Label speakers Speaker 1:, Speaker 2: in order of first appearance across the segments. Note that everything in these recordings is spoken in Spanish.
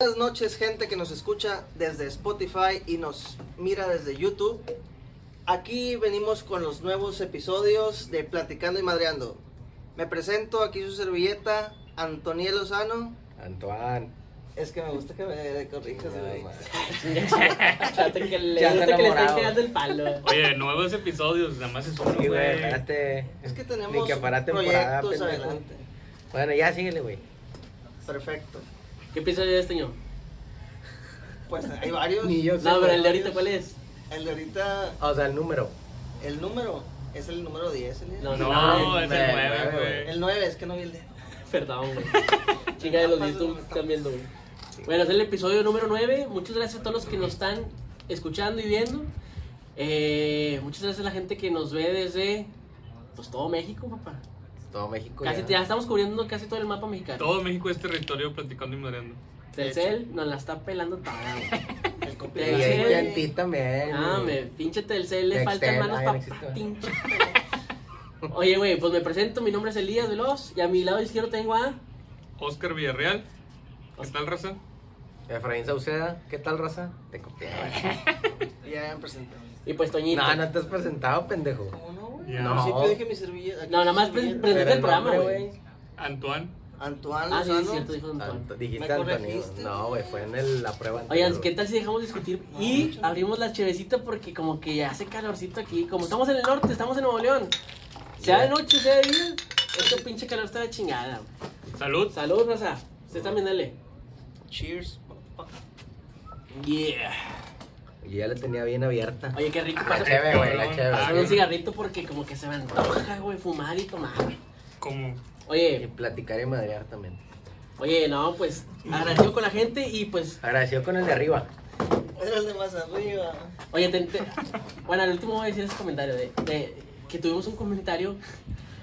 Speaker 1: Buenas noches, gente que nos escucha desde Spotify y nos mira desde YouTube. Aquí venimos con los nuevos episodios de Platicando y Madreando. Me presento aquí su servilleta, Antoniel Lozano.
Speaker 2: Antoine.
Speaker 1: Es que me gusta que me corrijas, güey.
Speaker 3: Chate que le
Speaker 2: Ya está
Speaker 3: chate que le
Speaker 2: enamorado.
Speaker 3: estén quedando el palo.
Speaker 4: Oye, nuevos episodios, nada más es uno,
Speaker 2: Sí, güey,
Speaker 4: güey.
Speaker 2: espérate.
Speaker 1: Es que
Speaker 2: Ni
Speaker 1: tenemos
Speaker 2: que para temporada,
Speaker 1: proyectos
Speaker 2: pendejo.
Speaker 1: adelante.
Speaker 2: Bueno, ya síguele, güey.
Speaker 1: Perfecto.
Speaker 3: ¿Qué episodio es este año?
Speaker 1: Pues hay varios.
Speaker 2: Ni yo sé,
Speaker 3: No, pero el de ahorita, ¿cuál es?
Speaker 1: El de ahorita,
Speaker 2: O sea, el número.
Speaker 1: el número, es el número 10. El,
Speaker 3: No,
Speaker 4: No, es el
Speaker 2: Nueve,
Speaker 4: 9,
Speaker 2: nueve,
Speaker 4: güey.
Speaker 1: el 9, es que no vi el dedo.
Speaker 3: Perdón, güey. Chinga de los de YouTube están viendo, güey. Bueno, es el episodio número 9. Muchas gracias a todos los que nos están escuchando y viendo. Eh, muchas gracias a la gente que nos ve desde pues todo México, papá.
Speaker 2: Todo México.
Speaker 3: Casi, ya estamos cubriendo casi todo el mapa mexicano.
Speaker 4: Todo México es territorio platicando y mareando.
Speaker 3: Telcel nos la está pelando toda, güey.
Speaker 1: El
Speaker 2: Y
Speaker 1: compi-
Speaker 3: Ya
Speaker 2: ahí
Speaker 3: sé.
Speaker 2: ya en ti también.
Speaker 3: Ah, me
Speaker 2: güey.
Speaker 3: pinche Telcel le
Speaker 2: Nextel,
Speaker 3: faltan
Speaker 2: ah,
Speaker 3: manos
Speaker 2: ya no
Speaker 3: para
Speaker 2: existe.
Speaker 3: pinche. Oye, güey, pues me presento, mi nombre es Elías Veloz y a mi lado izquierdo tengo a
Speaker 4: Oscar Villarreal. ¿Qué tal, raza?
Speaker 2: Efraín Sauceda. ¿Qué tal, raza? Te copié.
Speaker 1: Ya me presenté.
Speaker 3: y pues Toñito.
Speaker 2: No, no te has presentado, pendejo.
Speaker 1: ¿Cómo no, güey?
Speaker 4: Ya.
Speaker 1: Al principio dije mi servilleta. aquí
Speaker 3: No, nada más
Speaker 1: mi servilleta.
Speaker 3: pre-
Speaker 2: Pero
Speaker 3: Preséntate el programa,
Speaker 2: nombre,
Speaker 3: güey.
Speaker 4: Antoine.
Speaker 1: Antoine
Speaker 3: Ah, sí,
Speaker 1: Lozano.
Speaker 3: es cierto, dijo Don Juan.
Speaker 2: Anto- Dijiste
Speaker 1: Me
Speaker 2: Antonio.
Speaker 1: corregiste.
Speaker 2: No, güey, fue en el- la prueba.
Speaker 3: Oigan,
Speaker 2: anterior,
Speaker 3: ¿qué tal si dejamos discutir y abrimos la chevecita porque como que hace calorcito aquí? Como estamos en el norte, estamos en Nuevo León. Sea de noche, sea de día, este pinche calor está de chingada.
Speaker 4: Salud.
Speaker 3: Salud, raza. Ustedes también dale.
Speaker 1: Cheers.
Speaker 3: Yeah.
Speaker 2: güey. Yo ya la tenía bien abierta.
Speaker 3: Oye, qué rico.
Speaker 2: La
Speaker 3: Pasa,
Speaker 2: cheve, güey, la
Speaker 4: cabrón.
Speaker 2: cheve.
Speaker 4: Ah,
Speaker 3: pásame un cigarrito porque como que se me antoja, güey, fumar y tomar.
Speaker 4: Como
Speaker 2: Y
Speaker 3: Oye,
Speaker 2: platicar y madrear también.
Speaker 3: oye, no, pues agradecido con la gente y pues,
Speaker 2: Agradecido con el de arriba.
Speaker 1: Era el de más arriba.
Speaker 3: oye, te, te- bueno, al último voy a decir ese comentario de, de- que tuvimos un comentario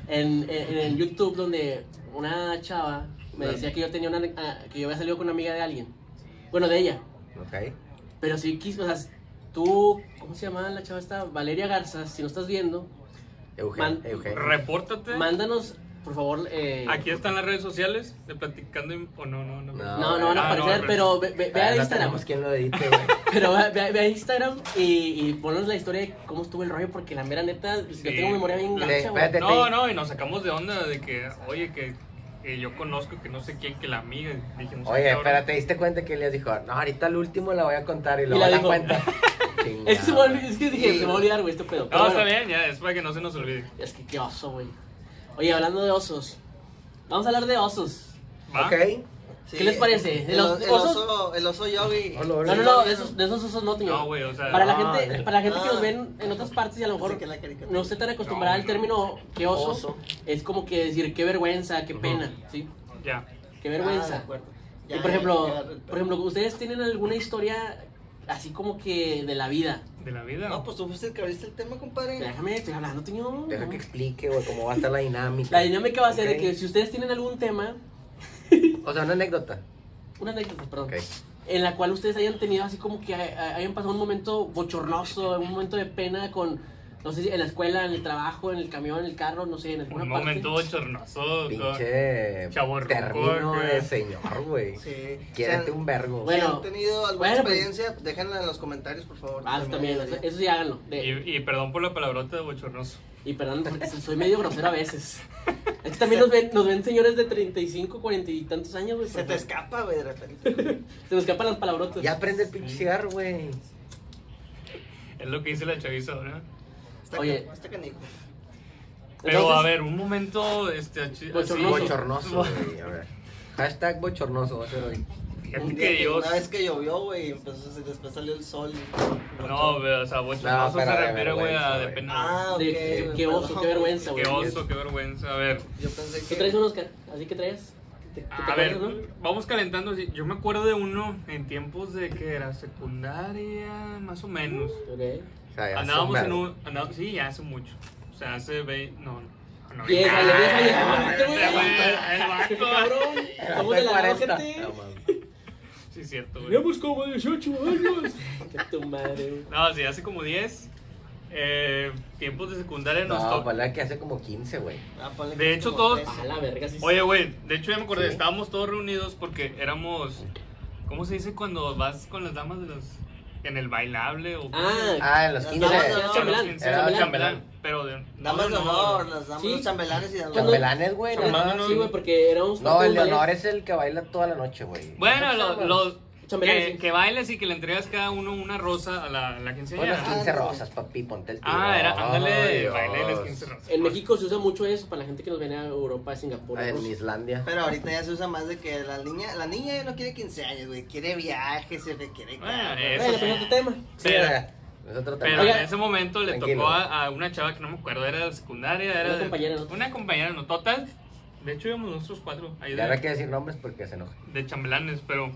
Speaker 3: en, en, en el YouTube donde una chava me decía que yo tenía una, ah, que yo había salido con una amiga de alguien, bueno, de ella,
Speaker 2: Ok.
Speaker 3: pero sí quiso, o sea, tú, ¿cómo se llama la chava esta? Valeria Garza, si no estás viendo,
Speaker 2: Eugenio.
Speaker 3: Man-
Speaker 2: Eugenio.
Speaker 4: repórtate.
Speaker 3: mándanos, por favor, eh,
Speaker 4: ¿Eh? Aquí están las redes sociales de platicando y... o no, no, no.
Speaker 2: No.
Speaker 3: No, no van a
Speaker 4: Ah, no,
Speaker 3: aparecer, pero
Speaker 4: pero-
Speaker 3: ve, ve- ve a
Speaker 2: Ah, no
Speaker 3: Instagram.
Speaker 2: tenemos quien lo edite, güey.
Speaker 3: Pero ve, ve- ve a Instagram y, y ponnos la historia de cómo estuvo el rollo, porque la mera neta, yo
Speaker 4: Sí.
Speaker 3: tengo memoria bien
Speaker 2: Le-
Speaker 3: gacha, güey.
Speaker 2: espérate.
Speaker 4: No, no, y nos sacamos de onda de que, oye, que, que yo conozco, que no sé quién, que la amiga. y Dijimos,
Speaker 2: Oye,
Speaker 4: "Ah, cabrón".
Speaker 2: espérate, ¿te diste cuenta que Elias dijo, no, ahorita al último la voy a contar y
Speaker 3: Y
Speaker 2: luego
Speaker 3: la
Speaker 2: la,
Speaker 3: dijo.
Speaker 2: cuenta?
Speaker 3: Es que, se
Speaker 2: Chingado.
Speaker 3: me olvidó- es que dije,
Speaker 1: Sí.
Speaker 3: se me va a olvidar, güey, este pedo. Pero
Speaker 4: No,
Speaker 3: bueno,
Speaker 4: está bien, ya, es para que no se nos olvide.
Speaker 3: Es que qué oso, güey. Oye, hablando de osos, vamos a hablar de osos.
Speaker 4: ¿Va?
Speaker 2: Ok.
Speaker 3: ¿Qué les parece?
Speaker 1: El,
Speaker 3: ¿De los
Speaker 1: o- el
Speaker 3: osos?
Speaker 1: oso, el oso yogi.
Speaker 2: Hola, hola.
Speaker 3: No, no, no, de esos, de esos osos no, tengo.
Speaker 4: No, güey, o sea.
Speaker 3: Para la
Speaker 2: Ah,
Speaker 3: gente,
Speaker 2: el-
Speaker 3: para la gente que
Speaker 1: Ah.
Speaker 3: nos ven en otras partes y a lo mejor
Speaker 1: Pensé que la caricatura.
Speaker 3: no esté tan acostumbrada
Speaker 4: No,
Speaker 3: al
Speaker 4: no.
Speaker 3: término que oso,
Speaker 2: Oso.
Speaker 3: es como que decir qué vergüenza, qué pena, ¿sí?
Speaker 4: Ya.
Speaker 3: Qué
Speaker 1: Ah, de
Speaker 3: vergüenza.
Speaker 1: acuerdo.
Speaker 3: y
Speaker 1: Ya,
Speaker 3: por
Speaker 1: ya,
Speaker 3: ejemplo,
Speaker 1: ya, ya.
Speaker 3: por ejemplo, ¿ustedes tienen alguna historia así como que de la vida?
Speaker 4: De la vida.
Speaker 1: No, pues tú fuiste el que abriste el tema, compadre.
Speaker 3: Déjame, estoy hablando, tío.
Speaker 2: Deja que explique, güey, cómo va a estar la dinámica.
Speaker 3: La dinámica va a ser
Speaker 2: Ok.
Speaker 3: de que si ustedes tienen algún tema,
Speaker 2: O sea, una anécdota.
Speaker 3: una anécdota, perdón,
Speaker 2: Ok.
Speaker 3: en la cual ustedes hayan tenido así como que eh, hayan pasado un momento bochornoso, un momento de pena con, no sé, si en la escuela, en el trabajo, en el camión, en el carro, no sé, en alguna
Speaker 4: Un
Speaker 3: parte.
Speaker 4: momento bochornoso.
Speaker 2: Pinche
Speaker 4: Chavo ruco,
Speaker 2: término
Speaker 4: güey.
Speaker 2: de señor, güey.
Speaker 1: Sí.
Speaker 2: Quiérete
Speaker 1: O sea,
Speaker 2: un vergo.
Speaker 1: Si
Speaker 3: Bueno,
Speaker 1: han tenido alguna
Speaker 3: bueno, pues-
Speaker 1: experiencia, déjenla en los comentarios, por favor.
Speaker 3: Ah, eso también, eso, eso sí háganlo. De-
Speaker 4: Y, y perdón por la palabrota de bochornoso.
Speaker 3: y, perdón, porque soy medio grosero a veces. Es que también nos ven, nos ven señores de 35, 40 y tantos años, güey.
Speaker 1: Se te
Speaker 3: pero-
Speaker 1: escapa, güey, de repente.
Speaker 3: Se me escapan las palabrotas.
Speaker 2: Ya prende el pinche cigarro, güey.
Speaker 4: Es lo que dice la chaviza ahora.
Speaker 1: Está
Speaker 3: Oye.
Speaker 1: ca- Está canijo.
Speaker 4: Pero
Speaker 3: Entonces,
Speaker 4: a ver, un momento este, así-
Speaker 3: Bochornoso.
Speaker 2: Bochornoso, güey. A ver. Hashtag bochornoso va a ser hoy.
Speaker 4: Fíjate
Speaker 1: Un día
Speaker 4: que
Speaker 1: que-
Speaker 4: yo.
Speaker 1: Una vez que llovió, güey, empezó, se- después salió el sol.
Speaker 4: No, güey, o sea,
Speaker 2: No,
Speaker 4: bochornoso se
Speaker 2: espera, de
Speaker 4: refiere, güey,
Speaker 2: vergüenza,
Speaker 4: a de
Speaker 2: güey.
Speaker 4: pena.
Speaker 1: Ah, ok.
Speaker 3: de- de- qué oso,
Speaker 1: perdón.
Speaker 3: qué vergüenza, güey.
Speaker 4: Qué oso, qué vergüenza. A ver.
Speaker 1: Yo pensé
Speaker 3: ¿Qué
Speaker 1: que.
Speaker 3: traes un Oscar? ¿Así que traes? ¿Te- te- te
Speaker 4: A
Speaker 3: acuerdas,
Speaker 4: ver,
Speaker 3: no?
Speaker 4: vamos calentando. así. Yo me acuerdo de uno en tiempos de que era secundaria, más o menos.
Speaker 3: Ok.
Speaker 2: O sea, ya
Speaker 4: Andábamos
Speaker 2: son
Speaker 4: en
Speaker 2: vergo.
Speaker 4: un. andá- sí, ya hace mucho. O sea, hace 20. No, no. no
Speaker 3: Diez
Speaker 4: ya,
Speaker 3: años, diez años.
Speaker 4: ya,
Speaker 3: Ah,
Speaker 4: ya,
Speaker 3: güey.
Speaker 4: ya, el vato.
Speaker 3: Qué cabrón. Somos de
Speaker 2: Fue
Speaker 3: la nueva
Speaker 2: 40.
Speaker 3: gente.
Speaker 2: No, mames.
Speaker 4: Sí, es cierto, güey.
Speaker 3: Teníamos como 18 años. Que tu madre, güey.
Speaker 4: No, sí, hace como 10. eh, tiempos de secundaria
Speaker 2: No,
Speaker 4: nos
Speaker 2: pues,
Speaker 4: tocó.
Speaker 2: para que hace como 15, güey.
Speaker 1: Ah, ponle
Speaker 4: De
Speaker 1: que
Speaker 4: hecho,
Speaker 1: como
Speaker 3: Ah,
Speaker 4: todos-
Speaker 1: trece.
Speaker 3: A la verga, sí. sí.
Speaker 4: Oye, güey, de hecho ya me acordé,
Speaker 2: Sí.
Speaker 4: estábamos todos reunidos porque éramos ¿Cómo se dice cuando vas con las damas de los en el bailable o
Speaker 3: Ah,
Speaker 2: Ah, en los
Speaker 1: Las
Speaker 2: 15.
Speaker 1: damas de
Speaker 4: No,
Speaker 1: honor.
Speaker 4: no,
Speaker 3: chambelán,
Speaker 4: los-
Speaker 2: era
Speaker 4: chambelán,
Speaker 2: chambelán.
Speaker 4: Pero de
Speaker 1: Damas de honor, las damas
Speaker 3: Sí.
Speaker 1: los chambelanes y damas de honor.
Speaker 2: Chambelanes, güey,
Speaker 3: Chambelán,
Speaker 2: nomás.
Speaker 3: sí, güey, porque era un
Speaker 2: No, el de
Speaker 3: ballet.
Speaker 2: honor es el que baila toda la noche, güey.
Speaker 4: Bueno, los
Speaker 3: Chambelanes, sí.
Speaker 4: que, que bailes y que le entregas cada uno una rosa a la, la
Speaker 2: Pon las
Speaker 4: quinceañera.
Speaker 2: 15 rosas, papi, ponte el tiro.
Speaker 4: Ah, era, ándale,
Speaker 2: Ay,
Speaker 4: baile de las
Speaker 2: Dios.
Speaker 4: 15 rosas.
Speaker 3: En México se usa mucho eso para la gente que nos viene a Europa, Singapur.
Speaker 2: Ah, En
Speaker 3: Rusia.
Speaker 2: Islandia.
Speaker 1: Pero ahorita ya se usa más de que la niña, la niña ya no quiere 15 años, güey. Quiere viajes, se requiere.
Speaker 4: Bueno,
Speaker 1: carro.
Speaker 4: eso
Speaker 3: Bueno,
Speaker 4: sí.
Speaker 3: pues otro tema.
Speaker 4: Sí,
Speaker 2: era. Es otro tema.
Speaker 4: Pero
Speaker 3: Oiga.
Speaker 4: en ese momento le
Speaker 2: Tranquilo.
Speaker 4: tocó a, a una chava que no me acuerdo, era de secundaria, era
Speaker 3: Una
Speaker 4: de-
Speaker 3: compañera, ¿no?
Speaker 4: Una compañera, no, total. De hecho íbamos nosotros cuatro, ahí
Speaker 2: Y ahora hay
Speaker 4: de,
Speaker 2: que decir nombres porque se enoja.
Speaker 4: de chambelanes, pero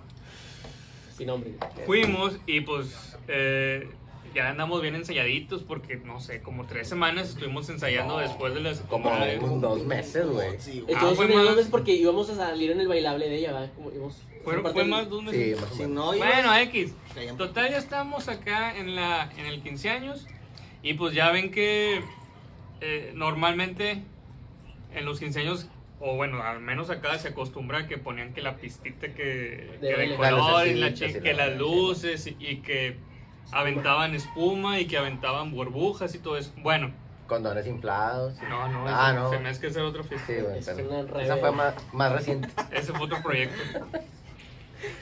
Speaker 3: Sin nombre.
Speaker 4: Ah, fuimos y pues eh, ya andamos bien ensayaditos porque no sé, como tres semanas estuvimos ensayando
Speaker 2: No,
Speaker 4: después de las
Speaker 2: como
Speaker 4: secundaria.
Speaker 2: un- dos meses, güey.
Speaker 1: Sí, güey.
Speaker 4: Ah,
Speaker 3: Entonces,
Speaker 4: fue
Speaker 3: una
Speaker 4: más-
Speaker 3: vez porque íbamos a salir en el bailable de ella, ¿verdad? Como íbamos.
Speaker 4: Fueron-
Speaker 3: aparte
Speaker 4: fue
Speaker 3: del-
Speaker 4: más de un mes.
Speaker 2: Sí, más o
Speaker 1: Si
Speaker 2: menos.
Speaker 1: no, ibas-
Speaker 4: Bueno, X.
Speaker 1: Traían-
Speaker 4: Total, ya estamos acá en, la, en el 15 años. Y pues ya ven que eh, normalmente en los 15 años, o bueno, al menos acá se acostumbra que ponían que la pistita que, que de
Speaker 3: vela.
Speaker 4: colores,
Speaker 2: La
Speaker 4: la
Speaker 2: lucecita,
Speaker 4: chi-
Speaker 2: sí,
Speaker 4: que
Speaker 2: la-
Speaker 4: las luces y, y que aventaban espuma y que aventaban burbujas y todo eso. Bueno,
Speaker 2: Condones inflados.
Speaker 4: no, no,
Speaker 2: Ah,
Speaker 4: eso-
Speaker 2: no.
Speaker 4: se me hace que hacer otro fiesta.
Speaker 2: Sí, güey.
Speaker 3: Es
Speaker 2: pero
Speaker 3: una
Speaker 2: Esa
Speaker 3: rebelde.
Speaker 2: fue más, más reciente.
Speaker 4: Ese fue otro proyecto.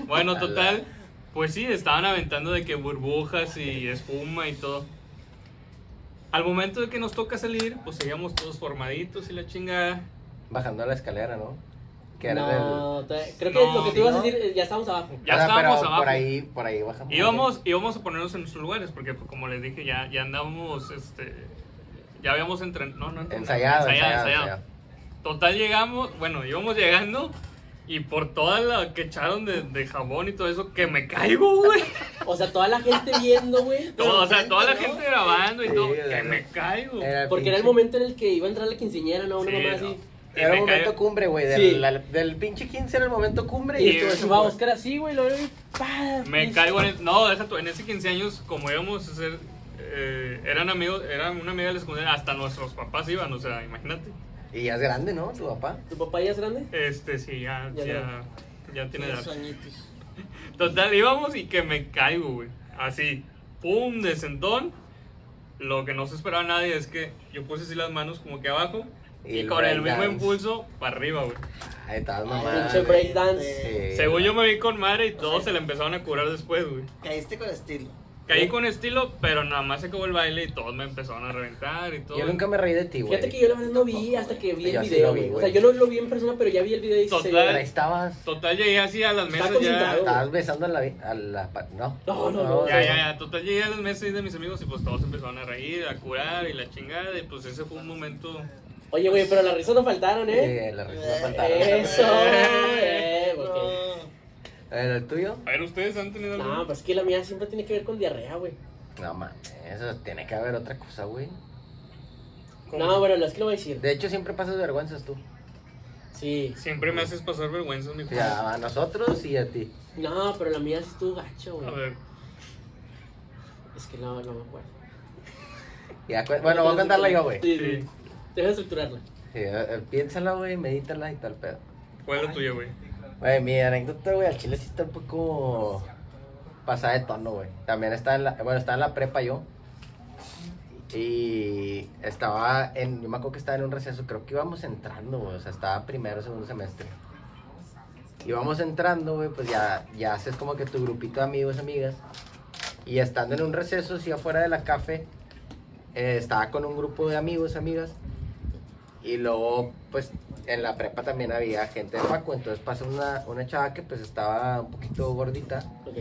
Speaker 4: Bueno, total, pues sí, estaban aventando de que burbujas y espuma y todo. Al momento de que nos toca salir, pues seguíamos todos formaditos y la chingada.
Speaker 2: Bajando la escalera, ¿no? Que era el.
Speaker 3: No, te- creo que
Speaker 4: No,
Speaker 3: lo que tú ibas a
Speaker 2: ¿no?
Speaker 3: decir, eh, ya estábamos abajo.
Speaker 4: Ya
Speaker 2: Ah, pero
Speaker 4: estábamos abajo.
Speaker 2: Por ahí, por ahí bajamos.
Speaker 4: Íbamos, íbamos a ponernos en nuestros lugares, porque pues, como les dije, ya, ya andábamos, este, ya habíamos entrenado. No, no, entrenado,
Speaker 2: Ensayado, ensayado, ensayado.
Speaker 4: Total llegamos, bueno, íbamos llegando y por toda la que echaron de, de jabón y todo eso, que me caigo, güey.
Speaker 3: O sea, toda la gente viendo, güey.
Speaker 4: No, o sea, toda la
Speaker 1: ¿no?
Speaker 4: gente grabando y
Speaker 2: Sí,
Speaker 4: todo.
Speaker 2: o sea,
Speaker 4: Que me caigo.
Speaker 3: Porque era el
Speaker 2: pinche-
Speaker 3: momento en el que iba a entrar la quinceñera, ¿no? Una
Speaker 4: Sí,
Speaker 3: mamá
Speaker 4: no.
Speaker 3: así.
Speaker 4: Y
Speaker 2: Era
Speaker 4: me
Speaker 2: el momento
Speaker 4: caigo.
Speaker 2: cumbre, güey. Del,
Speaker 3: Sí.
Speaker 2: la- del pinche 15 era el momento cumbre.
Speaker 4: Y
Speaker 2: Y, todo
Speaker 4: eso
Speaker 2: eso
Speaker 3: va a
Speaker 2: fue-
Speaker 3: buscar así, güey, lo veo y ¡pah!
Speaker 4: Me
Speaker 3: Y-
Speaker 4: caigo en el- No, deja tú. En ese 15 años, como íbamos a ser. eh, eran amigos, eran una amiga de la secundaria, hasta nuestros papás iban, o sea, imagínate.
Speaker 2: y ya es grande, ¿no? Tu papá.
Speaker 3: ¿Tu papá ya es grande?
Speaker 4: Este, sí, ya,
Speaker 3: Ya,
Speaker 4: ya,
Speaker 3: ya.
Speaker 4: ya, tiene edad.
Speaker 1: Los sueñitos.
Speaker 4: Total, íbamos y que me caigo, güey. Así, pum, de sentón. Lo que no se esperaba nadie es que yo puse así las manos como que abajo
Speaker 2: Y
Speaker 4: y,
Speaker 2: el
Speaker 4: con el mismo
Speaker 2: breakdance.
Speaker 4: impulso para arriba, güey.
Speaker 2: Ahí estabas
Speaker 1: Ay,
Speaker 2: mamá.
Speaker 3: pinche
Speaker 1: güey,
Speaker 3: break dance.
Speaker 1: te-
Speaker 2: Sí.
Speaker 4: Según yo me vi con madre y todos se le empezaron a curar después, güey.
Speaker 1: Caíste con estilo.
Speaker 4: Caí con estilo, pero nada más se acabó el baile y todos me empezaron a reventar y todo.
Speaker 2: Yo nunca me reí de ti, güey.
Speaker 3: Fíjate que yo la verdad no vi hasta que vi
Speaker 2: Yo
Speaker 3: el
Speaker 2: sí
Speaker 3: video,
Speaker 2: lo vi,
Speaker 3: güey. O
Speaker 2: güey.
Speaker 3: sea, yo no lo vi en persona, pero ya vi el video y se
Speaker 4: Total.
Speaker 2: Pero ahí estabas.
Speaker 4: Total llegué así a las
Speaker 3: Estaba
Speaker 4: mesas ya.
Speaker 3: concentrado.
Speaker 2: Estabas besando a la. vi- A la pa- no. eh,
Speaker 3: No, no, no.
Speaker 4: Ya, ya, ya. Total llegué a las mesas ahí de mis amigos y pues todos empezaron a reír, a curar y la chingada. Y pues ese fue un momento.
Speaker 3: Oye, güey, pero las risas no faltaron, ¿eh?
Speaker 2: Eh, la risa no faltaba.
Speaker 3: Eso,
Speaker 4: Eh,
Speaker 3: eh, porque...
Speaker 2: ¿En el tuyo?
Speaker 4: A ver, ¿ustedes han tenido
Speaker 3: No,
Speaker 4: algo?
Speaker 3: pues es que la mía siempre tiene que ver con diarrea, güey.
Speaker 2: No mames, eso tiene que haber otra cosa, güey.
Speaker 3: No, bueno, no es que lo voy a decir.
Speaker 2: De hecho, siempre pasas vergüenzas tú.
Speaker 3: Sí.
Speaker 4: Siempre me haces pasar vergüenza, mi
Speaker 2: O sea, a nosotros y a ti.
Speaker 3: No, pero la mía sí estuvo gacha,
Speaker 4: A
Speaker 3: güey.
Speaker 4: ver.
Speaker 3: Es que no, no me acuerdo.
Speaker 2: Ya, cu- bueno, voy a contarla yo, güey.
Speaker 3: Sí,
Speaker 4: Sí.
Speaker 3: sí. Deja de estructurarla.
Speaker 2: Sí, eh, eh, piénsala, güey, medítala y tal pedo.
Speaker 4: ¿Cuál es la tuya, güey?
Speaker 2: Güey, mi anécdota, güey, al chile sí está un poco pasada de tono, güey. También está en la, bueno, estaba en la prepa yo. Y estaba en, yo me acuerdo que estaba en un receso, creo que íbamos entrando, güey. O sea, estaba primero, segundo semestre. Íbamos entrando, güey, pues ya, ya haces como que tu grupito de amigos, amigas. Y estando en un receso, así afuera de la café, eh, estaba con un grupo de amigos, amigas. Y luego, pues, en la prepa también había gente de Paco. Entonces pasó una, una chava que, pues, estaba un poquito gordita.
Speaker 3: Ok.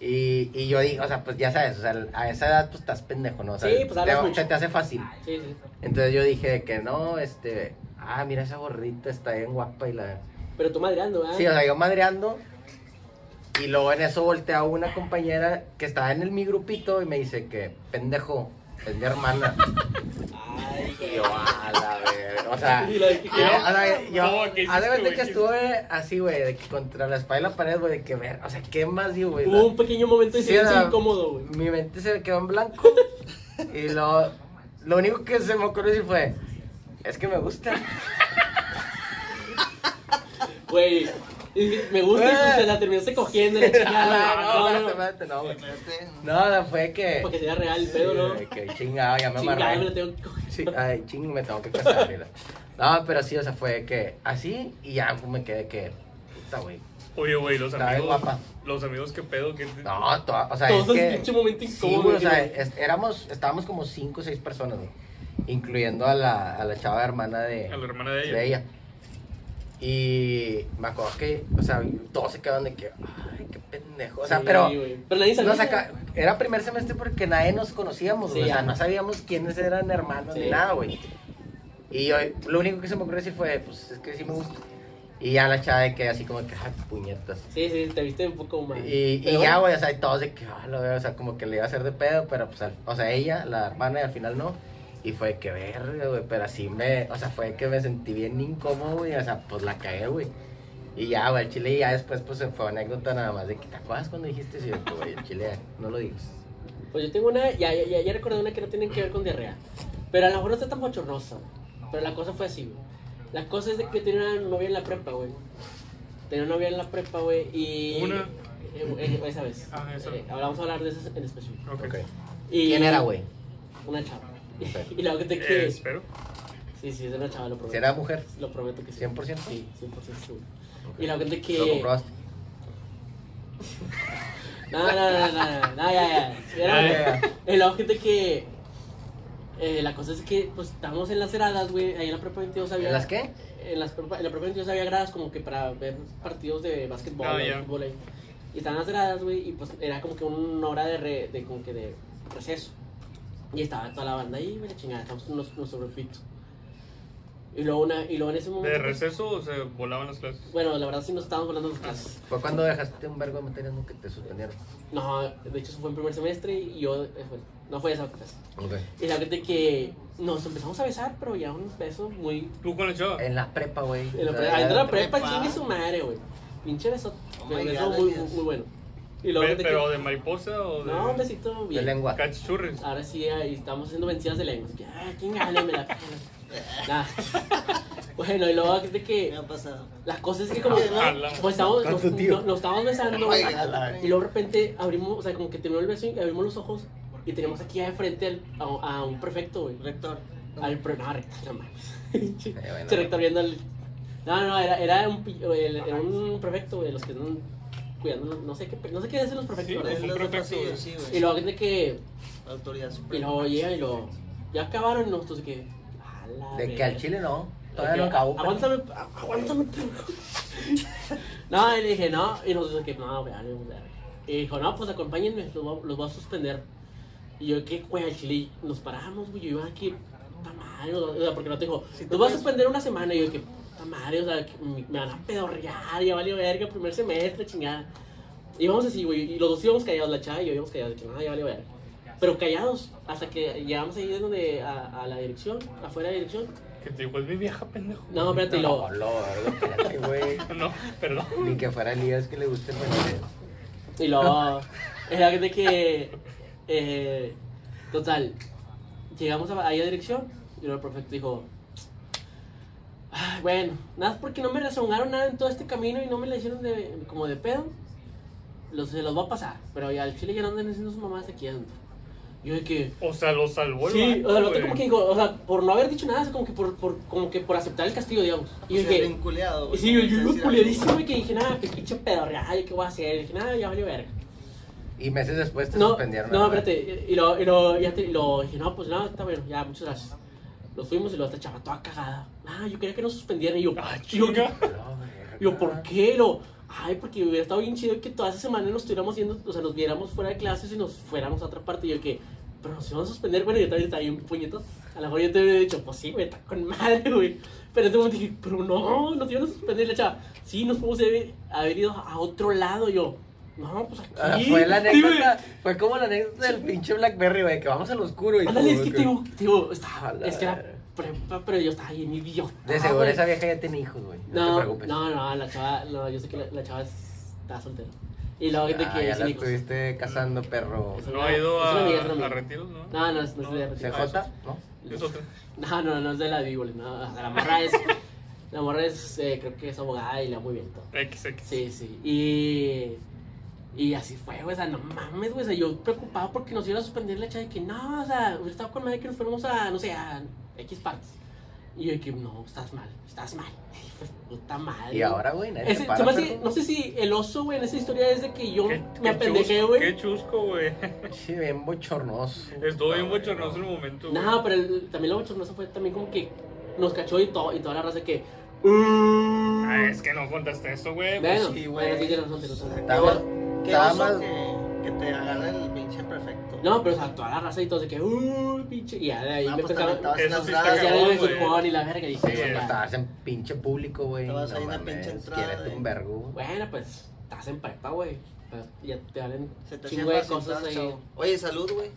Speaker 2: Y, y yo dije, o sea, pues, ya sabes, o sea, a esa edad, pues, estás pendejo, ¿no? O sea,
Speaker 3: Sí, pues, hablas
Speaker 2: te,
Speaker 3: mucho.
Speaker 2: se te hace fácil.
Speaker 3: Sí, sí.
Speaker 2: Entonces yo dije de que no, este... Ah, mira esa gordita, está bien guapa y la...
Speaker 3: Pero tú madreando, ¿ah? ¿verdad?
Speaker 2: Sí, o sea, yo madreando. Y luego en eso voltea una compañera que estaba en el, mi grupito y me dice que, pendejo, es mi hermana.
Speaker 3: Ay,
Speaker 2: Y yo, a la verga. O sea,
Speaker 3: Y la de que-
Speaker 2: yo, a la- yo,
Speaker 4: No, ¿qué
Speaker 2: haz de
Speaker 4: hiciste,
Speaker 2: cuenta
Speaker 4: güey?
Speaker 2: que estuve así, güey, de que contra la espalda y la pared, güey, de que ver, o sea, ¿qué más digo, güey?
Speaker 3: Hubo un
Speaker 2: La-
Speaker 3: pequeño momento de
Speaker 2: Sí, o
Speaker 3: silencio
Speaker 2: sea,
Speaker 3: incómodo, güey.
Speaker 2: Mi mente se quedó en blanco. y lo, lo único que se me ocurrió sí fue, es que me gusta.
Speaker 3: Güey, Y dije, me gusta y pues, te la terminaste cogiendo la chingada.
Speaker 2: no,
Speaker 3: Ah, No, no, no,
Speaker 2: espérate, no, güey.
Speaker 1: Espérate,
Speaker 2: No, no, fue que.
Speaker 3: Para que sea real el pedo, ¿no?
Speaker 2: Ay, Que chingado, ya me
Speaker 3: Chingada, me
Speaker 2: amarré.
Speaker 3: lo tengo que coger.
Speaker 2: Sí, ay, ching, me tengo que casar. mira. No, pero sí, o sea, fue que así y ya pues, me quedé que. Puta, güey.
Speaker 4: Oye, güey, los
Speaker 2: Está bien
Speaker 4: amigos.
Speaker 2: guapa.
Speaker 4: Los amigos, qué pedo. ¿Qué te-
Speaker 2: No, toda- o sea,
Speaker 3: Todo
Speaker 2: es
Speaker 3: ese
Speaker 2: que.
Speaker 3: pinche momento
Speaker 2: Sí,
Speaker 3: incómodo.
Speaker 2: güey, o
Speaker 3: que-
Speaker 2: sea, es- éramos, estábamos como cinco o seis personas, güey, incluyendo a la, a la chava hermana de,
Speaker 4: A la hermana de ella.
Speaker 2: de ella. Y me acuerdo que, o sea, todos se quedaron de que, ay, qué pendejo. O sea,
Speaker 3: Sí,
Speaker 2: pero
Speaker 3: güey. Pero nadie sabía.
Speaker 2: nos saca- era primer semestre porque nadie nos conocíamos, güey,
Speaker 3: Sí,
Speaker 2: o sea,
Speaker 3: ya.
Speaker 2: no sabíamos quiénes eran hermanos ni
Speaker 3: Sí.
Speaker 2: nada, güey. Y yo, lo único que se me ocurrió decir fue, pues, es que sí me gusta. Y ya la chava de que así como que, ay, puñetas.
Speaker 3: Sí, sí, te viste un poco mal.
Speaker 2: Y, y
Speaker 3: Pero
Speaker 2: ya,
Speaker 3: bueno,
Speaker 2: güey, o sea, y todos de que, ah, lo veo, o sea, como que le iba a hacer de pedo, pero pues, al- o sea, ella, la hermana, y al final no. Y fue que verga, güey, pero así me, o sea, fue que me sentí bien incómodo, güey, o sea, pues la cagué, güey. Y ya, güey, el chile, y ya después, pues se fue anécdota nada más de que te acuerdas cuando dijiste, sí, güey, el chile, no lo digas.
Speaker 3: Pues yo tengo una, ya, ya, ya, ya recordé una que no tiene que ver con diarrea. Pero a lo mejor no está tan bochornosa. güey. Pero la cosa fue así, güey. La cosa es de que tenía una novia en la prepa, güey. Tenía una novia en la prepa, güey. Y.
Speaker 4: Una.
Speaker 3: Eh, eh, esa vez.
Speaker 4: Ah, esa.
Speaker 3: Eh, ahora vamos a hablar de esas en específico.
Speaker 4: Ok.
Speaker 2: Ok.
Speaker 3: Y-
Speaker 2: ¿Quién era, güey?
Speaker 3: Una chava.
Speaker 2: Ok.
Speaker 3: y la que te
Speaker 4: Eh,
Speaker 3: que.
Speaker 4: espero.
Speaker 3: Sí, sí, es de una chava, lo prometo.
Speaker 2: ¿Si era mujer?
Speaker 3: Lo prometo que sí.
Speaker 2: 100%?
Speaker 3: Sí, 100% seguro. Y la gente que.
Speaker 2: ¿Lo comprobaste?
Speaker 3: No, no, no, no, no, no, ya, ya.
Speaker 4: Ah,
Speaker 3: Era,
Speaker 2: ya,
Speaker 3: y luego gente que. eh, la cosa es que, pues, estábamos en las heradas, güey. Ahí en la prepa 22 había.
Speaker 2: ¿En las qué?
Speaker 3: En, las prepa- en la prepa 22 había gradas como que para ver partidos de básquetbol,
Speaker 4: Ah,
Speaker 3: o
Speaker 4: ya.
Speaker 3: fútbol ahí. Y estaban las gradas, güey, y pues era como que una hora de, re- de como que de receso. Y estaba toda la banda ahí, güey, la chingada, estábamos unos, unos sobrepitos. Y luego, una, y luego en ese momento.
Speaker 4: ¿De
Speaker 3: pues,
Speaker 4: receso o se volaban las clases?
Speaker 3: Bueno, la verdad sí nos estábamos volando los clases.
Speaker 2: ¿Fue cuando dejaste un vergo de materias ¿no? que te suspendieron?
Speaker 3: No, de hecho eso fue en primer semestre y yo, eh, bueno, no fue esa clase.
Speaker 2: Ok.
Speaker 3: Y la verdad es que nos empezamos a besar, pero ya un beso muy...
Speaker 4: ¿Tú con la chava?
Speaker 3: Eh,
Speaker 2: En la prepa, güey.
Speaker 3: En la
Speaker 2: O
Speaker 3: pre-
Speaker 2: sea,
Speaker 3: adentro de la
Speaker 1: prepa.
Speaker 3: prepa, chingue su madre, güey. Pinche beso,
Speaker 1: Oh
Speaker 3: pero
Speaker 1: my
Speaker 3: beso
Speaker 1: God,
Speaker 3: muy,
Speaker 1: Dios.
Speaker 3: muy bueno. Y
Speaker 4: Pe-
Speaker 3: luego de que-
Speaker 4: ¿Pero de mariposa o de.?
Speaker 3: No, Ah. un besito
Speaker 2: De
Speaker 3: bien.
Speaker 2: lengua.
Speaker 4: Cachurris.
Speaker 3: Ahora sí, ahí estamos haciendo vencidas de lengua. Que, ah, ¿quién gana? Me la pela. Nah. Bueno, y luego de
Speaker 1: me
Speaker 3: que...
Speaker 1: ha pasado.
Speaker 3: Las cosas que como...
Speaker 4: Ojalá.
Speaker 3: Pues estábamos,
Speaker 2: Con
Speaker 3: nos,
Speaker 2: tu tío.
Speaker 3: nos- nos estábamos besando,
Speaker 1: Oiga,
Speaker 3: güey.
Speaker 1: la-
Speaker 3: Y luego de repente abrimos, o sea, como que terminó el beso y abrimos los ojos y tenemos aquí de frente al- a, a un prefecto, güey.
Speaker 1: Rector.
Speaker 3: Al pre- no, rector, no mames. Che,
Speaker 2: Eh, bueno.
Speaker 3: rector viendo al. No, no, era, era, un, pi- el- era un prefecto, güey, los que andan cuidando, no sé qué, pe- no sé qué hacen los
Speaker 4: Sí,
Speaker 3: prefectos, ¿verdad?
Speaker 1: Es
Speaker 4: un
Speaker 1: los de
Speaker 4: prefecto,
Speaker 1: pasillo,
Speaker 4: güey.
Speaker 1: sí,
Speaker 3: Y
Speaker 1: güey.
Speaker 3: luego de que,
Speaker 1: Autoridad
Speaker 3: y
Speaker 1: suprema.
Speaker 3: luego llega y lo, ya acabaron y nosotros de que, a la
Speaker 2: De que
Speaker 3: verga.
Speaker 2: al chile no.
Speaker 3: De
Speaker 2: Todavía
Speaker 3: que,
Speaker 2: no acabó. pero-
Speaker 3: Aguántame, a- aguántame, pendejo. No, y le dije, no, y nosotros que, no, güey, dale, güey, dale. Y dijo, no, pues acompáñenme, los, voy a- los voy a suspender. Y yo, ¿qué, güey, al chile? Nos paramos, güey, yo iba aquí, puta madre, o sea, porque no te dijo,
Speaker 1: Sí, te
Speaker 3: los voy a
Speaker 1: puedes-
Speaker 3: suspender una semana. Y yo, que, puta madre, o sea, que me me van a pedorrear, ya valió verga, primer semestre, chingada. Y íbamos así, güey, y los dos íbamos callados, la chava y yo íbamos callados, de que, no, ya valió verga. Pero callados, hasta que llegamos ahí de donde, a, a la dirección, afuera de la dirección.
Speaker 4: Que te digo, es mi vieja, pendejo.
Speaker 3: No, espérate, y luego,
Speaker 2: No, lo, espérate, güey.
Speaker 4: No, perdón.
Speaker 2: Ni que fuera Elías que le guste pues, el
Speaker 3: Y luego, era de que, eh, total, llegamos a, ahí a dirección y luego el prefecto dijo, "Ay, bueno, nada, más porque no me rezongaron nada en todo este camino y no me la hicieron de, como de pedo, los, se los va a pasar, pero ya al chile ya no andan haciendo sus mamás aquí adentro. Yo de que...
Speaker 4: O sea, lo salvó el
Speaker 3: Sí,
Speaker 4: vato,
Speaker 3: o sea, el vato
Speaker 4: güey.
Speaker 3: como que dijo, o sea, por no haber dicho nada, o sea, como que por, por, como que por aceptar el castigo, digamos. Y yo
Speaker 1: O sea,
Speaker 3: dije,
Speaker 1: vinculado,
Speaker 3: y
Speaker 1: güey.
Speaker 3: sí, yo, yo iba
Speaker 1: Sí,
Speaker 3: culiadísimo y que dije, nada, qué pinche pedorreada, ¿qué voy a hacer? Y dije, nada, ya valió verga.
Speaker 2: Y meses después te
Speaker 3: No,
Speaker 2: suspendieron.
Speaker 3: no,
Speaker 2: ¿verdad?
Speaker 3: espérate, y lo, y lo, ya te- y lo dije, no, pues nada, está bueno, ya, muchas gracias. Lo fuimos y lo hasta chava toda cagada. Ah, yo quería que nos suspendieran y yo,
Speaker 4: Ah,
Speaker 3: y yo,
Speaker 4: chinga.
Speaker 2: No, verga.
Speaker 3: y yo, ¿por qué? Y lo, ay, porque hubiera estado bien chido que toda esa semana nos estuviéramos yendo, o sea, nos viéramos fuera de clases y nos fuéramos a otra parte. Y yo, que, pero nos iban a suspender, bueno, yo también estaba bien puñetas. A lo mejor yo te hubiera dicho, pues sí, güey, está con madre, güey. Pero en ese momento dije, pero no, nos iban a suspender. Y la chava, sí, nos podemos haber, haber ido a otro lado. Y yo, no, pues aquí.
Speaker 2: Ah, fue la
Speaker 3: Sí,
Speaker 2: anécdota,
Speaker 3: güey.
Speaker 2: fue como la anécdota del pinche Blackberry, güey, que vamos al oscuro y
Speaker 3: Ándale, es
Speaker 2: todo,
Speaker 3: que te
Speaker 2: güey.
Speaker 3: digo, te digo,
Speaker 2: A
Speaker 3: estaba,
Speaker 2: la
Speaker 3: es que era
Speaker 2: verga.
Speaker 3: prepa, pero yo estaba bien idiota.
Speaker 2: De seguro
Speaker 3: ah, güey.
Speaker 2: esa vieja ya tiene hijos, güey. No, te
Speaker 3: No,
Speaker 2: preocupes.
Speaker 3: no, no, la chava, no, yo sé que la, la chava está soltera. Y luego de que
Speaker 2: Ah, ya
Speaker 3: sí
Speaker 2: la
Speaker 3: me dijo,
Speaker 2: estuviste cazando, perro.
Speaker 3: Ah, Es
Speaker 4: No ha ido
Speaker 3: Es una
Speaker 4: a,
Speaker 3: amiga, es una amiga.
Speaker 4: a retiros, ¿no?
Speaker 3: No, no, es- no es de
Speaker 4: No,
Speaker 3: retiros.
Speaker 2: ¿CJ? ¿No?
Speaker 4: Es otra.
Speaker 3: No, no, no es de la Bíblia, no, o sea, la morra es. La morra es, eh, creo que es abogada y la muy bien todo.
Speaker 4: XX.
Speaker 3: Sí, sí. Y, y así fue, güey. O sea, no mames, güey. O sea, yo preocupado porque nos iban a suspender la chava de que no, o sea, hubiera estado con madre que nos fuéramos a, no sé, a X partes. Y yo de que no, estás mal, estás mal. Y pues, puta madre.
Speaker 2: Y ahora, güey, nadie
Speaker 3: Ese-
Speaker 2: te
Speaker 3: se
Speaker 2: para,
Speaker 3: me hace-
Speaker 2: perdón.
Speaker 3: no sé si el oso, güey, en esa historia es de que yo
Speaker 4: Qué-
Speaker 3: me
Speaker 4: qué
Speaker 3: apendejé,
Speaker 4: chusco,
Speaker 3: güey.
Speaker 4: Qué chusco, güey.
Speaker 2: Sí, bien bochornoso.
Speaker 4: Estuvo bien
Speaker 2: Ay,
Speaker 4: bochornoso el momento. güey.
Speaker 3: No, pero el- también lo bochornoso fue también como que nos cachó y, todo, y toda la raza de que. "Uh".
Speaker 4: Ah, es que no contaste eso, güey.
Speaker 3: Bueno,
Speaker 1: sí, güey.
Speaker 3: bueno, sí, tienes razón, tienes razón.
Speaker 2: Está bueno.
Speaker 1: Qué
Speaker 2: Estaba
Speaker 1: oso
Speaker 2: más-
Speaker 1: que, que te agarran el pinche perfecto.
Speaker 3: No, pero o sea, toda la raza y todo de que, uh, pinche. Y ya de ahí
Speaker 1: Ah,
Speaker 3: me
Speaker 1: pues, te
Speaker 3: empezaron.
Speaker 1: aventabas
Speaker 4: Eso
Speaker 1: unas
Speaker 4: sí está
Speaker 3: Ya
Speaker 1: gradas,
Speaker 3: de
Speaker 4: cabrón,
Speaker 3: ahí
Speaker 1: güey.
Speaker 3: el
Speaker 4: güey.
Speaker 3: fútbol y la verga. Y
Speaker 2: Sí,
Speaker 3: dije,
Speaker 4: güey.
Speaker 3: Pues, "Ya".
Speaker 2: estabas en pinche público, güey.
Speaker 1: Te
Speaker 2: No
Speaker 1: vas a ir a
Speaker 2: mames,
Speaker 1: pinche entrada,
Speaker 2: quiérete
Speaker 1: güey.
Speaker 2: un vergo.
Speaker 3: Bueno, pues estás en prepa, güey. Pero Ya te valen
Speaker 1: Se te
Speaker 3: chingo de
Speaker 1: cierra
Speaker 3: cosas ahí.
Speaker 1: Oye, salud, güey.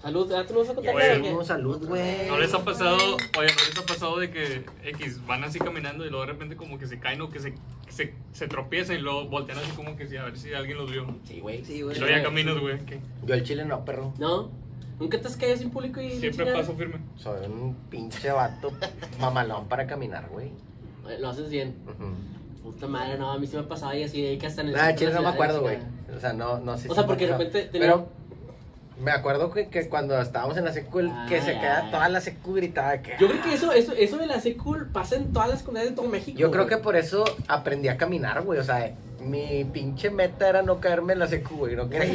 Speaker 3: Salud, ¿ah, tú no vas a contar
Speaker 4: Güey,
Speaker 3: nada, o qué?
Speaker 2: Salud, salud, güey.
Speaker 4: No les ha pasado, oye, no les ha pasado de que X van así caminando y luego de repente como que se caen o que se, que se, se tropiezan y luego voltean así como que sí, a ver si alguien los vio.
Speaker 3: Sí, güey.
Speaker 1: Sí,
Speaker 4: Y
Speaker 1: güey.
Speaker 4: luego ya caminas, güey. que
Speaker 2: Yo el chile no, perro.
Speaker 3: ¿No? ¿Nunca te has caído sin público y
Speaker 4: Siempre
Speaker 3: chingada?
Speaker 4: paso firme.
Speaker 2: Soy un pinche vato mamalón para caminar, güey.
Speaker 3: Eh, Lo haces bien.
Speaker 2: Ujú.
Speaker 3: Puta madre, no, a mí sí me ha pasado y así de que hasta en el.
Speaker 2: Nah,
Speaker 3: centro
Speaker 2: Ah, chile
Speaker 3: de
Speaker 2: no
Speaker 3: la
Speaker 2: me
Speaker 3: ciudad,
Speaker 2: acuerdo,
Speaker 3: la
Speaker 2: güey.
Speaker 3: chingada.
Speaker 2: O sea, no, no sé.
Speaker 3: O
Speaker 2: si
Speaker 3: sea,
Speaker 2: me
Speaker 3: porque de
Speaker 2: acuerdo.
Speaker 3: repente tenía-
Speaker 2: Pero me acuerdo que, que cuando estábamos en la secu, el que
Speaker 3: Ah,
Speaker 2: se
Speaker 3: ya,
Speaker 2: queda
Speaker 3: ya.
Speaker 2: toda la secu gritada. de que, "Ah".
Speaker 3: Yo creo que eso, eso, eso de la cool pasa en todas las comunidades de todo México.
Speaker 2: Yo creo que
Speaker 3: güey.
Speaker 2: por eso aprendí a caminar, güey. O sea, mi pinche meta era no caerme en la secu, güey. No quería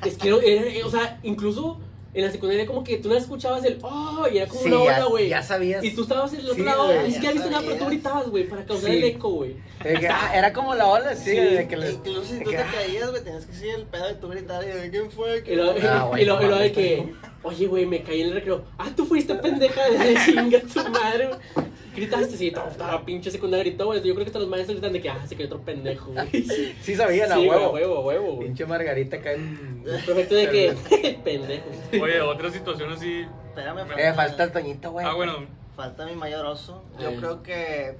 Speaker 2: que...
Speaker 3: Es que, no- era- eh, o sea, incluso en la secundaria como que tú no escuchabas el oh y era como
Speaker 2: Sí,
Speaker 3: una
Speaker 2: ya-
Speaker 3: ola, güey.
Speaker 2: ya sabías.
Speaker 3: Y tú estabas en el otro
Speaker 2: Sí,
Speaker 3: lado,
Speaker 2: güey,
Speaker 3: ni
Speaker 2: ya
Speaker 3: siquiera viste nada, pero
Speaker 1: sabías.
Speaker 3: tú gritabas, güey, para causar
Speaker 2: Sí.
Speaker 3: el eco, güey.
Speaker 2: de que, ah, era como la ola, sí.
Speaker 3: Sí.
Speaker 2: de que les-
Speaker 1: Incluso si
Speaker 2: de
Speaker 1: tú te
Speaker 2: que, ah,
Speaker 1: caías, güey, tenías que seguir el pedo de tu gritar. y de, ¿Quién fue?
Speaker 3: Y lo,
Speaker 2: Ah, güey,
Speaker 3: y lo, y lo de
Speaker 2: mames,
Speaker 3: que, oye, güey, me caí en el recreo. Ah, tú fuiste pendeja de chinga tu madre. güey. Gritaste, sí, toda la pinche secundaria gritó, güey. Yo creo que hasta los maestros gritan de que, ah, se cayó otro pendejo, güey. Sí,
Speaker 2: Sí sabía, la
Speaker 3: güey,
Speaker 2: huevo.
Speaker 3: huevo, huevo, güey. Mm.
Speaker 2: Pinche Margarita cae en...
Speaker 3: Perfecto de que, pendejo.
Speaker 4: Oye, otra situación así.
Speaker 1: Espérame,
Speaker 2: Eh, falta el Toñito, güey.
Speaker 4: Ah, bueno,
Speaker 1: Falta mi mayor oso. Yo
Speaker 3: Eh.
Speaker 1: creo que,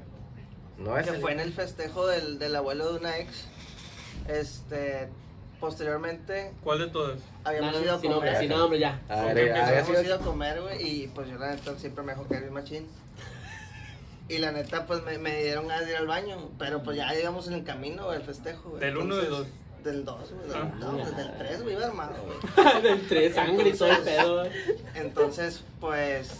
Speaker 2: No es
Speaker 1: que
Speaker 2: el-
Speaker 1: fue en el festejo del, del abuelo de una ex. Este, posteriormente
Speaker 4: ¿cuál de todas?
Speaker 1: habíamos
Speaker 3: No,
Speaker 1: ido
Speaker 3: no,
Speaker 1: a
Speaker 3: sin nombre,
Speaker 1: comer.
Speaker 3: sin nombre, ya.
Speaker 2: A ver,
Speaker 4: Habíamos
Speaker 2: había
Speaker 1: Habíamos
Speaker 2: sido-
Speaker 1: ido a comer, güey, y pues yo la neta siempre me dejo caer el machín. Y la neta, pues me, me dieron ganas de ir al baño, pero pues ya íbamos en el camino, güey, al festejo, güey.
Speaker 4: ¿Del uno o del
Speaker 1: Entonces, Del 2, güey, del,
Speaker 4: Ah.
Speaker 1: no, pues, del 3, güey, iba armado, güey.
Speaker 3: Entre sangre y todo el pedo, güey.
Speaker 1: Entonces, pues,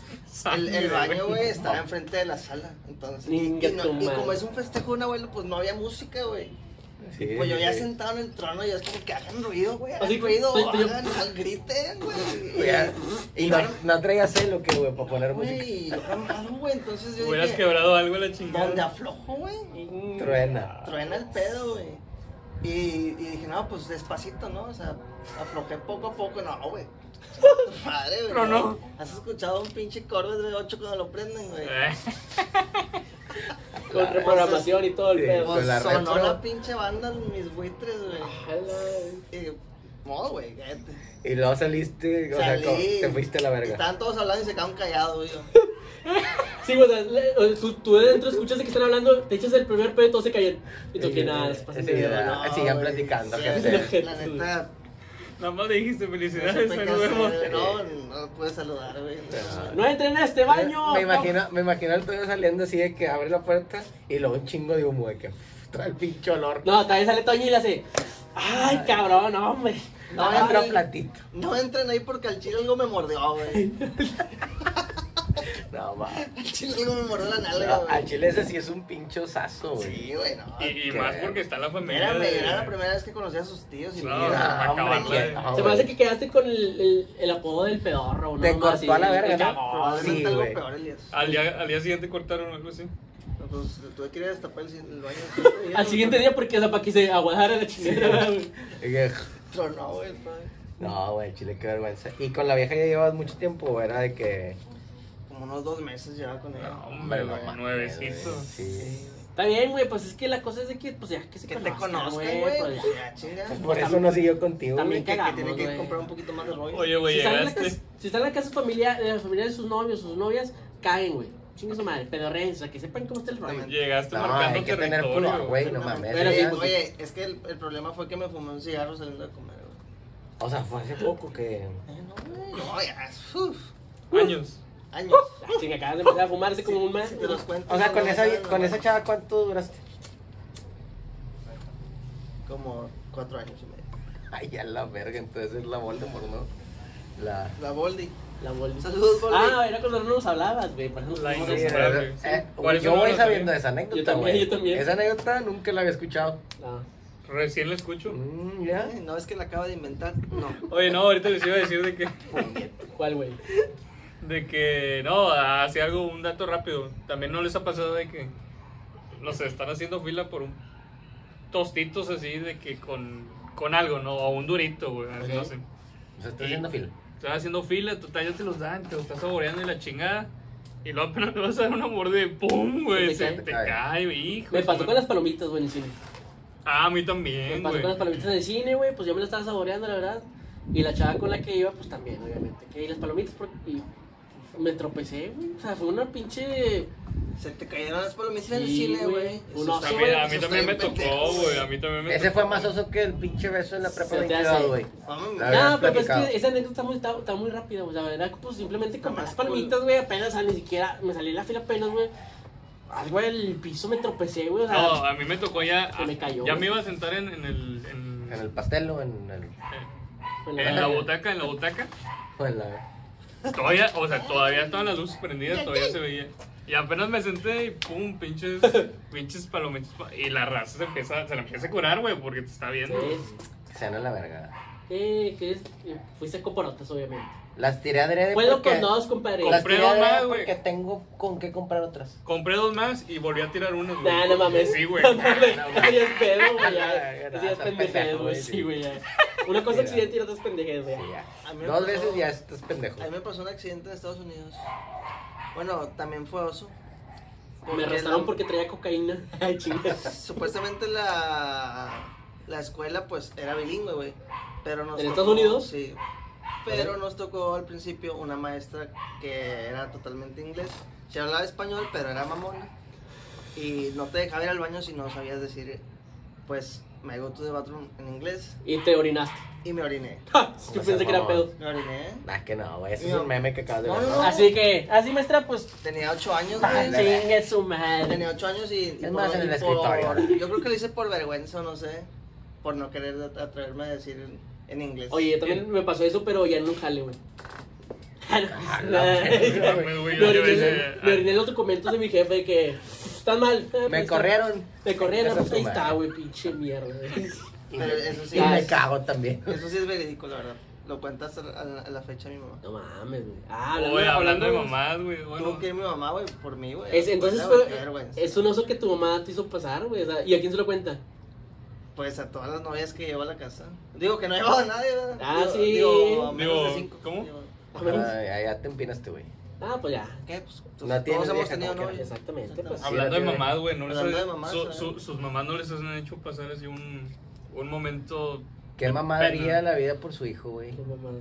Speaker 1: el, el baño, güey, estaba enfrente de la sala, entonces. Y,
Speaker 3: Ninga
Speaker 1: y no-
Speaker 3: tu
Speaker 1: y
Speaker 3: madre.
Speaker 1: como es un festejo de un abuelo, pues no había música, güey.
Speaker 2: Sí,
Speaker 1: Pues yo ya
Speaker 2: sí.
Speaker 1: sentado en el trono y es como que hagan ruido, güey, hagan
Speaker 3: Así,
Speaker 1: ruido,
Speaker 3: estoy- estoy-
Speaker 1: hagan, hagan- griten, güey.
Speaker 2: Pues Ya. Y no, no traía celo que, güey, para poner música.
Speaker 1: Güey, yo armado, güey, entonces yo
Speaker 4: Hubieras
Speaker 1: dije,
Speaker 4: quebrado algo a la
Speaker 1: donde
Speaker 4: chingada.
Speaker 1: aflojo, güey,
Speaker 2: Truena.
Speaker 1: truena el pedo, güey. Y, y dije, no, pues despacito, ¿no? O sea, aflojé poco a poco, no, güey. Madre, güey.
Speaker 4: Pero no.
Speaker 1: ¿Has escuchado un pinche Corvette de 8 cuando lo prenden, güey?
Speaker 4: Eh,
Speaker 3: Con reprogramación y todo el
Speaker 2: Ah, Sí.
Speaker 3: pedo.
Speaker 1: Pues
Speaker 2: con la
Speaker 1: sonó
Speaker 2: retro.
Speaker 1: la pinche banda mis buitres, güey.
Speaker 3: Ala, güey.
Speaker 1: Y, no, güey, cállate.
Speaker 2: Y luego saliste, o sea,
Speaker 1: Salí.
Speaker 2: co- te fuiste a la
Speaker 1: Y
Speaker 2: verga.
Speaker 1: Estaban todos hablando y se quedaron callados, güey.
Speaker 3: Sí, o sea, le- o- tú, tú de dentro escuchas de que están hablando, te echas el primer pedo y todos se caen. Y tú que nada, les pasa
Speaker 2: Sí,
Speaker 3: nada.
Speaker 2: Ah, sigan
Speaker 1: güey.
Speaker 2: platicando,
Speaker 1: Sí,
Speaker 2: gente.
Speaker 1: La neta,
Speaker 4: nada más le dijiste
Speaker 1: no
Speaker 4: felicidades,
Speaker 1: supe qué hacer,
Speaker 4: saludemos.
Speaker 1: güey. No, no pude saludar, güey.
Speaker 2: Ah.
Speaker 3: No entren a este baño.
Speaker 2: Me imagino, me imagino el Toño saliendo así de que abre la puerta y luego un chingo de humo de que pff, trae el pinche olor.
Speaker 3: No, también sale Toño y le hace. Ay, cabrón, hombre.
Speaker 1: No,
Speaker 2: No,
Speaker 1: ya
Speaker 2: entra
Speaker 1: vi.
Speaker 2: platito.
Speaker 1: No entren ahí porque al chile algo me mordió, güey.
Speaker 2: No, va.
Speaker 1: Al chile algo me mordió la nalga,
Speaker 2: No,
Speaker 1: güey.
Speaker 2: Ah, al chile ese sí es un pincho sazo, güey.
Speaker 1: Sí, güey, no.
Speaker 4: Y, y
Speaker 2: Qué
Speaker 4: más
Speaker 2: ver.
Speaker 4: porque está la familia.
Speaker 1: Era, güey,
Speaker 4: de-
Speaker 1: era la primera vez que conocí a sus tíos y
Speaker 4: No,
Speaker 2: No,
Speaker 1: mira.
Speaker 4: para
Speaker 2: hombre,
Speaker 4: acabarla,
Speaker 2: ¿quién?
Speaker 4: eh.
Speaker 2: No,
Speaker 3: Se me hace
Speaker 2: Ah, güey.
Speaker 3: que quedaste con el, el, el apodo del pedorro, ¿no?
Speaker 2: Te
Speaker 3: Más
Speaker 2: cortó
Speaker 3: así,
Speaker 2: a la
Speaker 3: el
Speaker 2: verga, ¿no?
Speaker 3: cagón.
Speaker 1: Probablemente
Speaker 2: Sí,
Speaker 1: algo
Speaker 2: güey.
Speaker 1: peor, Elías.
Speaker 4: Al día, al día siguiente cortaron algo así.
Speaker 1: No, Pues tuve que ir a destapar el, el baño.
Speaker 3: Al siguiente día, porque, o sea, para que se aguadara la chingada. güey.
Speaker 2: Y que,
Speaker 1: Tronó, güey, el padre.
Speaker 2: No, güey, chile, qué vergüenza. ¿Y con la vieja ya llevas mucho tiempo o era de que...?
Speaker 1: Como unos dos meses llevaba con ella.
Speaker 4: No, hombre,
Speaker 2: no
Speaker 4: güey,
Speaker 2: mames,
Speaker 4: nuevecito.
Speaker 2: güey, Sí.
Speaker 3: Está bien, güey, pues es que la cosa es de que, pues ya que se
Speaker 1: Que te
Speaker 3: conozcan,
Speaker 1: conozcan, güey.
Speaker 3: pues,
Speaker 1: pues
Speaker 3: ya.
Speaker 1: ya, chinga.
Speaker 2: Pues Por eso no siguió contigo,
Speaker 3: También
Speaker 2: güey.
Speaker 1: Que, que
Speaker 3: cagamos,
Speaker 1: tiene que
Speaker 3: güey.
Speaker 1: comprar un poquito más de rollo.
Speaker 4: Oye, güey,
Speaker 3: si, están en la
Speaker 4: llegaste.
Speaker 3: casa, si están en la casa familiar, de la familia de sus novios, sus novias, caen, güey. Chingue su madre, pedorren, o sea, que sepan cómo está el rollo.
Speaker 4: Llegaste
Speaker 2: No,
Speaker 4: marcando
Speaker 2: hay que tener
Speaker 4: territorio.
Speaker 2: culo, güey, no mames. eh.
Speaker 1: oye,
Speaker 2: ese
Speaker 3: Pero sí,
Speaker 2: día-
Speaker 3: pues-
Speaker 1: oye, es que el, el problema fue que me fumé un cigarro saliendo de comer, güey.
Speaker 2: O sea, fue hace poco que...
Speaker 1: Eh, no, güey, no, ya, uf.
Speaker 4: Años.
Speaker 1: años.
Speaker 3: La Ah, chinga, acabas de empezar a fumarse como un man.
Speaker 1: Si te los cuento,
Speaker 2: O sea,
Speaker 1: no
Speaker 2: con
Speaker 1: me
Speaker 2: esa,
Speaker 1: acuerdo,
Speaker 2: con
Speaker 1: no.
Speaker 2: esa chava, ¿cuánto duraste?
Speaker 1: Como cuatro años y medio.
Speaker 2: Ay, a la verga, entonces es la Voldemort, ¿no? La...
Speaker 1: La Boldi.
Speaker 3: La bolsa.
Speaker 1: Saludos, Boldi.
Speaker 3: Ah, era cuando no nos hablabas, güey. por eso nos
Speaker 4: La
Speaker 3: fuimos a
Speaker 4: ignorancia.
Speaker 3: cerrar.
Speaker 2: Eh,
Speaker 4: sí.
Speaker 2: eh,
Speaker 4: ¿Cuál es
Speaker 2: yo
Speaker 4: el
Speaker 2: voy
Speaker 4: número
Speaker 2: sabiendo
Speaker 4: también?
Speaker 2: esa anécdota,
Speaker 3: Yo también,
Speaker 2: güey.
Speaker 3: yo también.
Speaker 2: Esa anécdota nunca la había escuchado.
Speaker 3: No.
Speaker 4: Recién la escucho.
Speaker 2: Mm, ya.
Speaker 1: Eh, No, es que la acaba de inventar. No.
Speaker 4: Oye, no, ahorita les iba a decir de que,
Speaker 3: ¿Cuál, güey?
Speaker 4: de que no, hacía algo, un dato rápido. También no les ha pasado de que, no sé, están haciendo fila por un tostitos así de que con, con algo, ¿no? O un durito, güey. así,
Speaker 3: Ok.
Speaker 4: No sé.
Speaker 2: O sea, está haciendo fila.
Speaker 4: Estás haciendo fila, total, ya te los dan, te los estás saboreando y la chingada. Y luego apenas le vas a dar una mordida y ¡pum! güey,
Speaker 3: Te
Speaker 4: se
Speaker 3: cae.
Speaker 4: te cae, güey, hijo.
Speaker 3: Me
Speaker 4: de su
Speaker 3: pasó con
Speaker 4: madre.
Speaker 3: las palomitas, güey, en el cine.
Speaker 4: Ah, a mí
Speaker 3: Me
Speaker 4: también,
Speaker 3: pasó
Speaker 4: güey.
Speaker 3: con las palomitas en el cine, güey. Pues yo me las estaba saboreando, la verdad. Y la chava con la que iba, pues también, obviamente. Que y las palomitas, por- y me tropecé, güey. O sea, fue una pinche.
Speaker 1: Se te cayeron las palomitas en el
Speaker 3: Sí,
Speaker 1: cine,
Speaker 3: güey.
Speaker 1: güey. Eso
Speaker 3: Uno
Speaker 1: está-
Speaker 4: A mí, a mí
Speaker 1: eso
Speaker 4: también
Speaker 1: está
Speaker 4: me
Speaker 1: bien
Speaker 4: tocó,
Speaker 1: pendejo.
Speaker 4: güey. A mí también me
Speaker 2: Ese fue
Speaker 4: tocó.
Speaker 2: más oso que el pinche beso en la prepa
Speaker 3: Se te
Speaker 2: 22,
Speaker 3: hace.
Speaker 2: güey.
Speaker 1: Vamos,
Speaker 2: La
Speaker 1: güey.
Speaker 2: verdad.
Speaker 3: No,
Speaker 2: habías
Speaker 3: pero pues es
Speaker 2: platicado.
Speaker 3: que esa anécdota está muy, está, está muy rápida, o sea, era pues simplemente comprar
Speaker 1: más
Speaker 3: palomitas,
Speaker 1: cool.
Speaker 3: güey, apenas, o sea, ni siquiera, me salí de la fila apenas, güey, algo del piso me tropecé, güey, o sea,
Speaker 1: Oh,
Speaker 4: No, a mí me tocó ya.
Speaker 3: Se me cayó,
Speaker 4: Ya
Speaker 3: güey.
Speaker 4: me iba a sentar en, en el. En,
Speaker 2: En el pastel o en el...
Speaker 3: bueno,
Speaker 4: en la butaca, en la butaca.
Speaker 2: o en la-
Speaker 4: Todavía, o sea, todavía estaban las luces prendidas, todavía se veía. Y apenas me senté y pum, pinches, pinches palomitas. pa- Y la raza se empieza, se la empieza a curar, güey, porque te está viendo.
Speaker 3: ¿Qué es?
Speaker 2: Se la verga.
Speaker 3: ¿Qué, qué es? Fuiste coporotas, obviamente.
Speaker 2: Las tiré adrede
Speaker 3: Puedo
Speaker 2: porque...
Speaker 3: con dos, compadre.
Speaker 4: Con-
Speaker 2: Las
Speaker 4: Compré
Speaker 2: tiré
Speaker 4: dos más,
Speaker 2: adrede
Speaker 4: güey.
Speaker 2: porque tengo con qué comprar otras.
Speaker 4: Compré dos más y volví a tirar uno. güey.
Speaker 3: Nah, no mames.
Speaker 4: Sí, güey.
Speaker 3: No mames. Ay, es pedo, güey.
Speaker 2: Ya,
Speaker 3: Ya
Speaker 2: ya,
Speaker 3: Eso ya es
Speaker 2: estás
Speaker 3: pendejez,
Speaker 2: pendejo,
Speaker 3: güey.
Speaker 2: güey,
Speaker 3: Sí,
Speaker 2: sí.
Speaker 3: güey. ya. Una cosa
Speaker 2: Mira.
Speaker 3: accidente y otra es pendejez,
Speaker 2: Sí,
Speaker 3: güey.
Speaker 2: ya.
Speaker 1: A mí me
Speaker 2: Dos
Speaker 1: pasó-
Speaker 2: veces ya estás pendejo.
Speaker 1: A mí me pasó un accidente en Estados Unidos. Bueno, también fue oso.
Speaker 3: Me
Speaker 1: Porque
Speaker 3: arrestaron
Speaker 1: la-
Speaker 3: porque traía cocaína. Ay, chingas.
Speaker 1: Supuestamente la, la escuela pues era bilingüe, güey. Pero nos
Speaker 3: ¿En
Speaker 1: tocó-
Speaker 3: Estados Unidos?
Speaker 1: Sí. Pero nos tocó al principio una maestra que era totalmente inglés. Se hablaba español, pero era mamona. Y no te dejaba ir al baño si no sabías decir, pues, me go to the bathroom en inglés.
Speaker 3: Y te orinaste.
Speaker 1: Y me oriné.
Speaker 3: Ja, Yo
Speaker 2: seas
Speaker 3: pensé que era
Speaker 2: mamón.
Speaker 3: pedo.
Speaker 1: Me oriné.
Speaker 2: Nah, Ah, que no, güey. Ese es
Speaker 1: No.
Speaker 2: un meme que acabas de
Speaker 1: No,
Speaker 2: ver.
Speaker 1: no, no.
Speaker 2: ¿no?
Speaker 3: Así que, así maestra, pues
Speaker 1: Tenía ocho años,
Speaker 2: Ah,
Speaker 1: güey.
Speaker 2: la-
Speaker 3: Chingue su
Speaker 1: Tenía
Speaker 3: madre.
Speaker 1: ocho años y. y
Speaker 2: Es más, en
Speaker 1: y
Speaker 2: el escritorio.
Speaker 1: Yo creo que lo hice por vergüenza, no sé. Por no querer atreverme a decir en, en inglés.
Speaker 3: Oye, también me pasó eso, pero ya en un jale, güey. Ah, no,
Speaker 2: la verga,
Speaker 3: Me
Speaker 4: güey, güey, yo
Speaker 3: oriné
Speaker 4: dije,
Speaker 3: me oriné en los documentos de mi jefe de que están mal. Ah, pues,
Speaker 2: ah. Me
Speaker 3: está-
Speaker 2: corrieron.
Speaker 3: Me corrieron,
Speaker 2: Esa es
Speaker 3: pues, ahí
Speaker 2: tu
Speaker 3: está,
Speaker 2: madre.
Speaker 3: güey, pinche mierda. güey.
Speaker 1: Pero eso sí
Speaker 2: Y me
Speaker 1: es-
Speaker 2: cago también.
Speaker 1: Eso sí es verídico, la verdad. Lo cuentas a la, a la fecha a mi mamá.
Speaker 3: No mames, güey. Ah,
Speaker 4: Oye, hablando de
Speaker 3: güey.
Speaker 4: mamás, güey.
Speaker 1: Tuvo
Speaker 4: Bueno,
Speaker 1: que ir mi mamá, güey, por mí, güey.
Speaker 3: Es, entonces
Speaker 1: Cuenta,
Speaker 3: fue,
Speaker 1: güey, qué vergüenza.
Speaker 3: es un oso que tu mamá te hizo pasar, güey. o sea, ¿Y a quién se lo cuenta?
Speaker 1: Pues a todas las novias que llevo a la casa. Digo que no llevo a nadie, ¿verdad?
Speaker 3: Ah,
Speaker 1: Digo-
Speaker 3: sí.
Speaker 1: Digo, menos
Speaker 4: Digo,
Speaker 1: de cinco.
Speaker 4: ¿cómo?
Speaker 1: Digo,
Speaker 2: Ay, ay, ya te empinaste, güey.
Speaker 3: Ah, pues ya.
Speaker 1: ¿Qué? Pues entonces,
Speaker 2: No tienes
Speaker 1: todos hemos
Speaker 2: vieja,
Speaker 1: tenido
Speaker 2: como
Speaker 1: novias.
Speaker 3: quieras. Exactamente, pues.
Speaker 1: Exactamente.
Speaker 4: hablando de
Speaker 2: tiene-
Speaker 4: mamás, güey. No les
Speaker 1: Hablando
Speaker 4: ha-
Speaker 1: de mamás,
Speaker 4: su-
Speaker 1: ¿verdad?
Speaker 4: su- sus mamás no les han hecho pasar así un, un momento.
Speaker 2: ¿Qué
Speaker 4: de
Speaker 2: mamá
Speaker 4: pena.
Speaker 2: daría la vida por su hijo, güey?
Speaker 3: Qué mamada.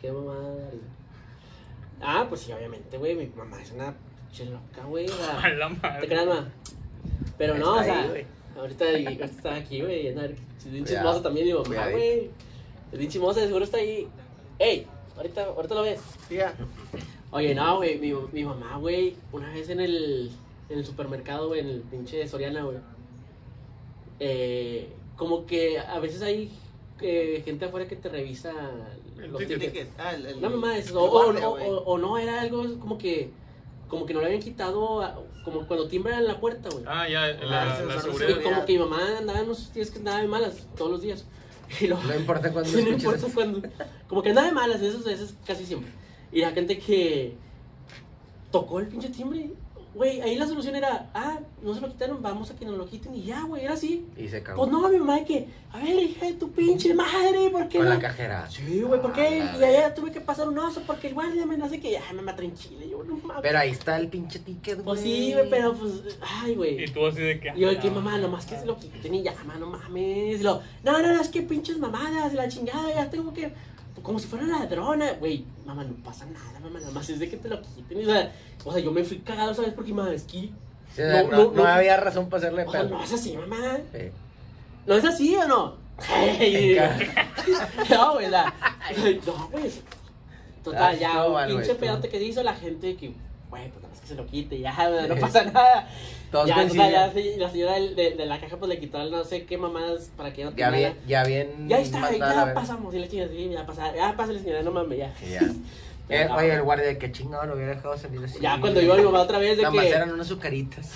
Speaker 3: Qué mamada. Ah, pues sí, obviamente, güey. Mi mamá es una pinche loca, güey. o sea,
Speaker 4: A la
Speaker 3: Te
Speaker 4: madre.
Speaker 3: creas, ma. Pero no,
Speaker 2: Está
Speaker 3: o sea,
Speaker 2: ahí, güey.
Speaker 3: ahorita, ahorita está aquí, güey. anda, Si es un
Speaker 2: Cuidado,
Speaker 3: chismoso también, digo, mamá,
Speaker 2: cuidadito.
Speaker 3: güey. Es un chismoso, de seguro está ahí. ¡Ey! Ahorita, ahorita lo ves.
Speaker 1: Tía,
Speaker 3: Oye, no, güey. Mi, mi mamá, güey, una vez en el, en el supermercado, güey, en el pinche Soriana, güey. Eh, como que a veces hay eh, gente afuera que te revisa
Speaker 4: El
Speaker 3: los
Speaker 4: ticket.
Speaker 3: tickets.
Speaker 1: ticket. Ah, el, el,
Speaker 3: No mamá, es,
Speaker 1: el
Speaker 3: o, o-
Speaker 1: guardia,
Speaker 3: o-
Speaker 1: güey.
Speaker 3: o- o no, era algo como que como que no le habían quitado, a- como cuando timbran la puerta, güey.
Speaker 4: Ah, ya,
Speaker 1: Ah,
Speaker 4: la,
Speaker 1: sí,
Speaker 4: la
Speaker 1: sí,
Speaker 4: seguridad.
Speaker 3: Y como que mi mamá andaba en unos días que andaba de malas todos los días. Y luego,
Speaker 2: No importa cuándo
Speaker 3: sí, no
Speaker 2: escuches
Speaker 3: importa
Speaker 2: esto.
Speaker 3: cuándo. Como que andaba de malas, eso, eso es casi siempre. Y la gente que tocó el pinche timbre, güey, ahí la solución era, ah, no se lo quitaron, vamos a que nos lo quiten y ya, güey, era así.
Speaker 2: Y se cagó.
Speaker 3: Pues no, mi mamá, que, a ver, hija de tu pinche madre, ¿por qué
Speaker 2: Con la
Speaker 3: no?
Speaker 2: cajera.
Speaker 3: Sí, güey, ¿por
Speaker 2: Ah,
Speaker 3: qué?
Speaker 2: la
Speaker 3: Y allá tuve que pasar un oso porque el guardia me hace que ya me mata en Chile. Yo no mames.
Speaker 2: Pero ahí está el pinche ticket, güey.
Speaker 3: Pues sí, güey, pero pues, ay,
Speaker 4: Y
Speaker 3: güey.
Speaker 4: tú así de que. "Ah,
Speaker 3: Y Yo de que mamá, nomás que se lo quiten y ya, mamá, no mames. Y lo, no, no, no, es que pinches mamadas, la chingada, ya tengo que. Como si fuera ladrona, güey. Mamá, no pasa nada, mamá, nomás es de que te lo quiten. Y, o, sea, o sea, yo me fui cagado, ¿sabes? Porque, mamá, es que.
Speaker 2: Sí, o sea,
Speaker 3: No,
Speaker 2: no,
Speaker 3: no,
Speaker 2: no
Speaker 3: no.
Speaker 2: había razón para hacerle
Speaker 3: O sea, no
Speaker 2: pedo.
Speaker 3: es así, mamá.
Speaker 2: Sí.
Speaker 3: ¿No es así o no?
Speaker 2: En
Speaker 3: no, güey, la- no, güey. Total,
Speaker 2: Ah,
Speaker 3: ya,
Speaker 2: todo
Speaker 3: un
Speaker 2: mal, güey,
Speaker 3: pinche
Speaker 2: todo
Speaker 3: pedote
Speaker 2: mal.
Speaker 3: que se hizo, la gente que, güey, pues nada más que se lo quite, ya, güey, no pasa nada.
Speaker 2: Todos
Speaker 3: ya, total,
Speaker 2: coinciden.
Speaker 3: ya, sí, la señora del- de, de la caja, pues le quitó el no sé qué mamadas para que ya no
Speaker 2: Ya
Speaker 3: tirara.
Speaker 2: bien, ya bien.
Speaker 3: Ya ahí está,
Speaker 2: mandada la
Speaker 3: ya
Speaker 2: verga.
Speaker 3: pasamos. Y le chingas, sí, ya pasa, ya pásale, señora, no mames, ya.
Speaker 2: Sí, ya. Eh, oye, el guardia, que chingado lo hubiera dejado salir así.
Speaker 3: Ya cuando iba mi mamá otra vez de
Speaker 2: Nada más
Speaker 3: que.
Speaker 2: eran unas azucaritas.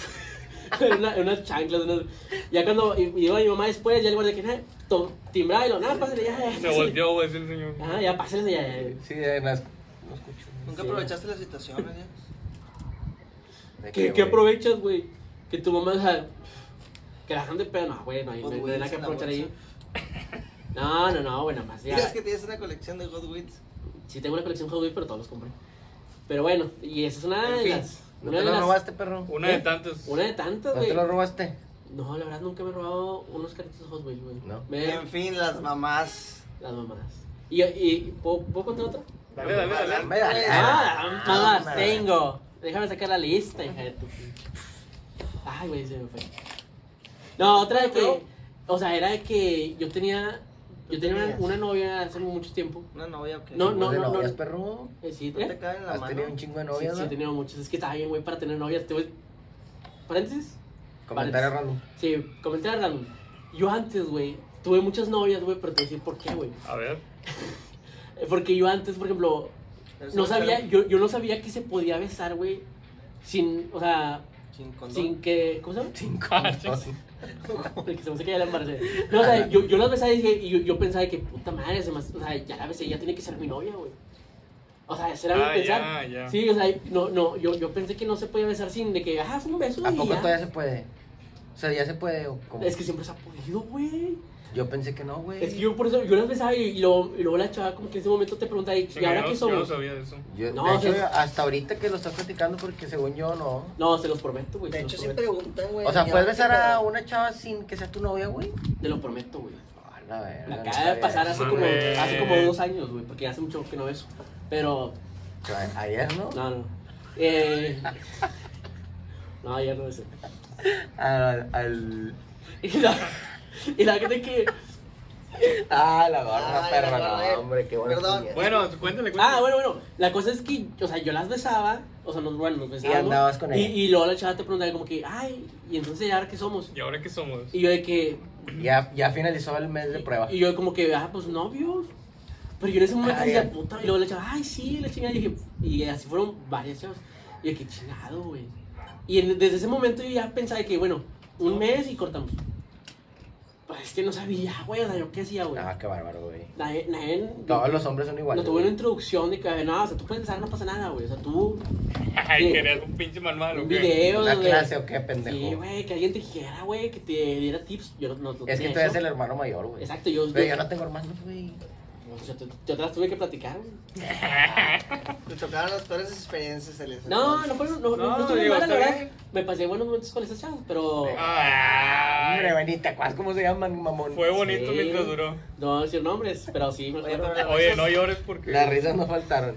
Speaker 3: una, unas chanclas, unas- Ya cuando i- iba mi mamá después, ya el guardia que "Eh, to- timbraba y lo, nada, pásale, ya, ya.
Speaker 4: Se
Speaker 3: pásale".
Speaker 4: volteó, güey, el señor.
Speaker 3: Ah, ya, pásale, ya, ya.
Speaker 2: Sí, de las. No escucho.
Speaker 1: Nunca
Speaker 3: Sí.
Speaker 1: aprovechaste ¿eh? las situaciones, ya.
Speaker 2: ¿De
Speaker 3: ¿Qué, ¿Qué
Speaker 2: güey?
Speaker 3: aprovechas, güey? Que tu mamá, o sea, que la gente pedo, no, güey, no hay no
Speaker 1: Hot
Speaker 3: hay
Speaker 1: Wheels
Speaker 3: nada que
Speaker 1: en la
Speaker 3: aprovechar ahí.
Speaker 1: bolsa.
Speaker 3: No, no, no, güey, nada más. Ya.
Speaker 1: Dices que tienes una colección de Hot Wheels.
Speaker 3: Sí, tengo una colección Hot Wheels, pero todos los compré. Pero bueno, y esa es una
Speaker 1: En
Speaker 3: de
Speaker 1: fin,
Speaker 3: las.
Speaker 2: ¿No
Speaker 3: una
Speaker 2: te
Speaker 3: de
Speaker 2: lo
Speaker 3: las-
Speaker 2: robaste, perro?
Speaker 4: Una
Speaker 3: ¿Eh?
Speaker 4: de tantas.
Speaker 3: Una de tantas,
Speaker 2: ¿No
Speaker 3: güey.
Speaker 2: te lo robaste?
Speaker 3: No, la verdad nunca me he robado unos carritos de Hot Wheels, güey.
Speaker 2: No.
Speaker 3: Me-
Speaker 1: En fin, las mamás.
Speaker 3: Las mamadas. ¿Y, y ¿puedo, puedo contar otra?
Speaker 4: Dale, dale, dale.
Speaker 2: Me da-
Speaker 3: Ah,
Speaker 2: Ah,
Speaker 3: mamadas tengo. Déjame sacar la lista, hija de tu pinche. Ay, güey, se me fue. No, otra de que. O sea, era de que yo tenía. Yo
Speaker 1: Tú
Speaker 3: tenía una,
Speaker 1: tenías.
Speaker 3: una novia hace mucho tiempo.
Speaker 1: Una novia, ok.
Speaker 3: No,
Speaker 2: pues ¿De
Speaker 3: no,
Speaker 2: novias,
Speaker 3: no.
Speaker 2: perro?
Speaker 3: Eh, Sí,
Speaker 1: No te
Speaker 3: ¿eh?
Speaker 1: cae en la
Speaker 2: ¿Has tenido
Speaker 1: mano.
Speaker 2: un chingo de
Speaker 3: Sí,
Speaker 2: novias?
Speaker 3: sí, he
Speaker 2: no?
Speaker 3: tenido muchas. Es que estaba bien, güey, para tener novias. Te voy. ¿Paréntesis?
Speaker 2: Comentario random.
Speaker 3: Sí, comentario random. Yo antes, güey, tuve muchas novias, güey, pero te voy a decir por qué, güey.
Speaker 4: A ver.
Speaker 3: Eh, Porque yo antes, por ejemplo,
Speaker 1: Pero
Speaker 3: no
Speaker 1: sí,
Speaker 3: sabía,
Speaker 1: pero
Speaker 3: yo, yo no sabía que se podía besar, güey, sin, o sea,
Speaker 1: Sin condón.
Speaker 3: sin que, ¿cómo se llama?
Speaker 2: Cinco.
Speaker 4: Ah,
Speaker 3: El que se me hace que ya la embaracé. No, o sea, yo, yo la besaba y, dije- y yo, yo pensaba de que puta madre, se me hace- o sea, ya la besé, ya tiene que ser mi novia, güey. O sea, será
Speaker 4: Ah,
Speaker 3: mi pensar.
Speaker 4: ya, ya.
Speaker 3: Sí, o sea, no, no, yo, yo pensé que no se podía besar sin de que, ah, fue un beso
Speaker 2: ¿A
Speaker 3: y
Speaker 2: poco
Speaker 3: ya.
Speaker 2: todavía se puede? O sea, ya se puede. o cómo?
Speaker 3: Es que siempre se ha podido, güey.
Speaker 2: Yo pensé que no, güey.
Speaker 3: Es que yo por eso, yo las besaba y, y luego, y luego la chava como que en ese momento te preguntaba, ¿y
Speaker 4: Sí,
Speaker 3: ahora
Speaker 4: yo-
Speaker 3: qué
Speaker 4: Yo no
Speaker 3: somos?
Speaker 4: sabía de eso.
Speaker 2: Yo-
Speaker 3: No,
Speaker 2: de
Speaker 3: o sea,
Speaker 2: hecho, hasta ahorita que lo estás platicando, porque según yo no.
Speaker 3: No, se los prometo, güey.
Speaker 1: De
Speaker 3: se los
Speaker 1: hecho, sí
Speaker 3: prometo.
Speaker 1: preguntan, güey.
Speaker 2: O sea,
Speaker 1: Pues, ya,
Speaker 2: ¿puedes
Speaker 1: ¿qué
Speaker 2: besar a
Speaker 1: pedo?
Speaker 2: una chava sin que sea tu novia, güey?
Speaker 3: Te lo prometo, güey.
Speaker 2: Ah, la verga,
Speaker 3: Me
Speaker 2: no
Speaker 3: acaba de
Speaker 2: sabía
Speaker 3: pasar
Speaker 2: eso.
Speaker 3: hace como,
Speaker 4: Mames.
Speaker 3: hace como dos años, güey, porque hace mucho que no beso. Pero,
Speaker 2: A- Ayer, ¿no?
Speaker 3: no, no. Eh, no, ya no beso.
Speaker 2: Al, al-
Speaker 3: Y la, y la gente que.
Speaker 2: Ah, la gorda,
Speaker 1: Ay,
Speaker 2: perro,
Speaker 1: la gorda, eh.
Speaker 2: no, hombre, qué bueno.
Speaker 1: Perdón.
Speaker 4: Bueno, cuéntale, cuéntale.
Speaker 3: Ah, bueno, bueno. La cosa es que, o sea, yo las besaba, o sea, nos, bueno, nos besábamos.
Speaker 2: andabas con
Speaker 3: Y,
Speaker 2: ella.
Speaker 3: y luego la chava te preguntaba, como que, ay, ¿y entonces ahora qué somos?
Speaker 4: ¿Y ahora qué somos?
Speaker 3: Y yo de que,
Speaker 2: Ya, ya finalizó el mes de prueba.
Speaker 3: Y yo como que, ah, pues novios. Pero yo en ese momento
Speaker 2: Ah,
Speaker 3: decía,
Speaker 2: ya.
Speaker 3: puta, y luego le echaba, ay, sí, la chingada. Y, dije, y así fueron varias chavas. Y yo, qué chingado, güey. Y en- desde ese momento yo ya pensaba que, bueno, un mes y cortamos. Pero es que no sabía, güey, o sea, yo qué hacía, güey.
Speaker 2: Ah, qué bárbaro, güey.
Speaker 3: Nadie- nadie-
Speaker 2: Todos los hombres son iguales.
Speaker 3: no tuve una
Speaker 2: güey.
Speaker 3: introducción de que, no, o sea, tú puedes pensar, no pasa nada, güey. O sea, tú,
Speaker 4: Ay, querías un pinche manual,
Speaker 3: un
Speaker 4: ¿o qué?
Speaker 3: video,
Speaker 2: ¿Una
Speaker 3: donde-
Speaker 2: clase o qué,
Speaker 3: Sí,
Speaker 2: pendejo?
Speaker 3: güey, que alguien te dijera, güey, que te diera tips. Yo no, no, no
Speaker 2: Es que
Speaker 3: tenía
Speaker 2: tú eres
Speaker 3: eso.
Speaker 2: el hermano mayor, güey.
Speaker 3: Exacto, yo...
Speaker 2: Pero yo no tengo hermanos, güey.
Speaker 3: yo, te- yo te las tuve que platicar, güey.
Speaker 1: Te tocaron las peores experiencias, Elias.
Speaker 3: No, no fueron, no, no, no,
Speaker 4: No,
Speaker 3: estuvo muy
Speaker 4: digo,
Speaker 3: mala, la
Speaker 4: está
Speaker 3: verdad.
Speaker 4: bien.
Speaker 3: Me pasé buenos momentos con esas chavas, pero.
Speaker 4: Ah,
Speaker 2: Hombre, Benita, ¿cuál- ¿cómo se llaman, mamón?
Speaker 4: Fue
Speaker 3: Sí.
Speaker 4: bonito mientras duró.
Speaker 3: No voy a decir nombres, pero sí me
Speaker 1: Oye,
Speaker 3: acuerdo.
Speaker 1: pero-
Speaker 4: Oye, no llores porque.
Speaker 2: Las risas no faltaron.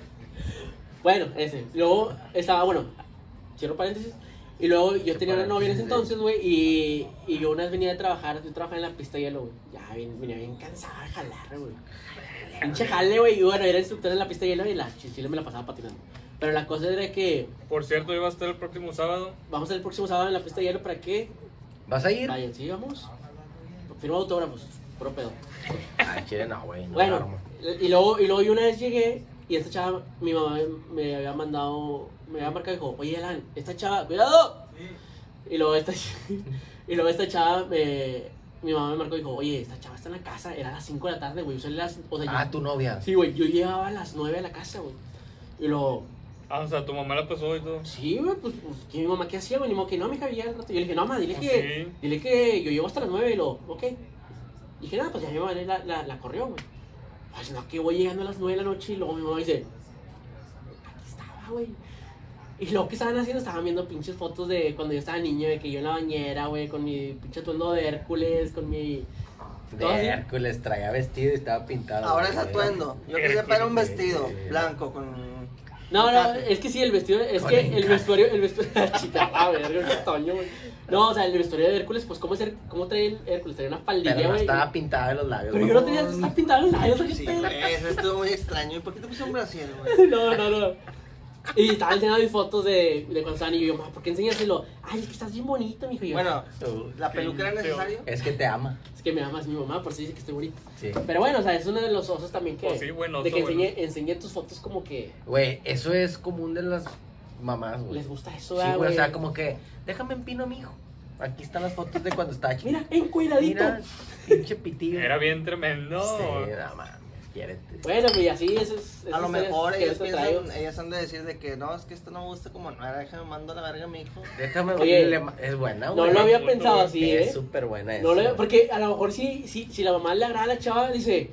Speaker 3: Bueno, ese. Luego estaba, bueno, cierro paréntesis. Y luego yo
Speaker 2: Cierro
Speaker 3: tenía una novia en ese
Speaker 2: paréntesis.
Speaker 3: entonces, güey, y, y yo una vez venía a trabajar, yo trabajaba en la pista de hielo, güey. Ya bien, venía bien cansada de jalar, güey. Pinche jale, güey. Y bueno, era instructor en la pista de hielo y la chichile me la pasaba patinando. Pero la cosa era que
Speaker 4: Por cierto, iba a estar el próximo sábado.
Speaker 3: vamos el próximo sábado en la pista de hielo para que
Speaker 2: ¿Vas a ir?
Speaker 3: vayan, sí, vamos. Firmo autógrafos, puro pedo.
Speaker 2: Ah, chile, no, güey. No
Speaker 3: Bueno, eh,
Speaker 2: armo.
Speaker 3: y luego, y luego yo una vez llegué y esta chava, mi mamá me había mandado, me había marcado y dijo, oye Alan, esta chava, cuidado. Y luego esta, y luego esta chava, me, mi mamá me marcó y dijo, oye, esta chava está en la casa, era las 5 de la tarde, güey, yo soy las, o sea, yo-
Speaker 2: Ah, tu novia.
Speaker 3: sí, güey, yo llegaba a las 9 a la casa, güey. Y luego,
Speaker 4: Ah, o sea, tu mamá la pasó y todo.
Speaker 3: sí, güey, pues, pues, ¿qué mi mamá qué hacía, güey? Ni modo que no, mija, ya al rato. Yo le dije, no, mamá, dile
Speaker 4: Ah,
Speaker 3: que,
Speaker 4: sí.
Speaker 3: dile que yo llevo hasta las 9 y lo, ok. Y dije, nada, pues ya mi mamá la, la, la corrió, güey. Pues no, que voy llegando a las 9 de la noche y luego mi mamá dice, aquí estaba, güey. Y lo que estaban haciendo, estaban viendo pinches fotos de cuando yo estaba niño, de que yo en la bañera, güey, con mi pinche atuendo de Hércules, con mi... todo así.
Speaker 2: De Hércules traía vestido y estaba pintado.
Speaker 1: Ahora es
Speaker 2: güey.
Speaker 1: atuendo. Yo quería para un vestido blanco con.
Speaker 3: No, no, es que sí, el vestido, es
Speaker 2: Con
Speaker 3: que
Speaker 2: encaje.
Speaker 3: ah, el vestuario, el vestuario, chica, a ver, Toño, güey. No, o sea, el vestuario de Hércules, pues, ¿cómo, es Her- cómo trae el Hércules? Trae una faldilla,
Speaker 2: Pero no
Speaker 3: güey.
Speaker 2: estaba pintada de los labios.
Speaker 3: Pero
Speaker 2: güey.
Speaker 3: yo no tenía, está pintado en labios, ¿qué
Speaker 1: Sí,
Speaker 3: pedo?
Speaker 1: güey, eso estuvo muy extraño. ¿Y por qué te puse un brasier, güey?
Speaker 3: No, no, no. Y estaba enseñando mis fotos de, de cuando estaban y yo, "Ma, ¿por qué enseñaselo? Ay, es que estás bien bonito, mijo. Y yo,
Speaker 1: Bueno,
Speaker 2: Tú-
Speaker 1: ¿la
Speaker 5: Qué
Speaker 1: peluca era
Speaker 5: feo.
Speaker 1: necesario?
Speaker 2: Es que te ama.
Speaker 3: es que me ama más mi mamá, por si dice que estoy bonito.
Speaker 2: Sí.
Speaker 3: Pero bueno, o sea, es uno de los osos también que.
Speaker 4: Pues sí, buen oso,
Speaker 3: de que
Speaker 4: buen
Speaker 3: enseñe, enseñe tus fotos como que
Speaker 2: Güey, eso es común de las mamás, güey.
Speaker 3: les gusta eso,
Speaker 2: Sí,
Speaker 3: ah,
Speaker 2: güey, o sea, como que, déjame en pino a mi hijo. Aquí están las fotos de cuando estaba chiquito.
Speaker 3: Mira, encuidadito.
Speaker 2: Mira, pinche pitillo.
Speaker 4: Era bien tremendo.
Speaker 2: Sí, nada más, quiérete.
Speaker 3: Bueno, pues y así eso es.
Speaker 1: A
Speaker 3: esas
Speaker 1: lo
Speaker 3: historias
Speaker 1: mejor
Speaker 3: que
Speaker 1: ellas
Speaker 3: yo te traigo.
Speaker 1: piensan, ellas han de decir de que no, es que esto no me gusta como no era, déjame mando a la verga a mi hijo.
Speaker 2: Déjame,
Speaker 3: Oye,
Speaker 2: le ma- es buena,
Speaker 3: No
Speaker 2: "Ah, güey.
Speaker 3: lo había
Speaker 4: Punto,
Speaker 3: pensado
Speaker 4: güey.
Speaker 3: así,
Speaker 2: es
Speaker 3: ¿eh?
Speaker 2: súper buena
Speaker 3: No lo
Speaker 2: esa,
Speaker 3: había- porque a lo mejor si, si, si la mamá le agrada a la chava, dice,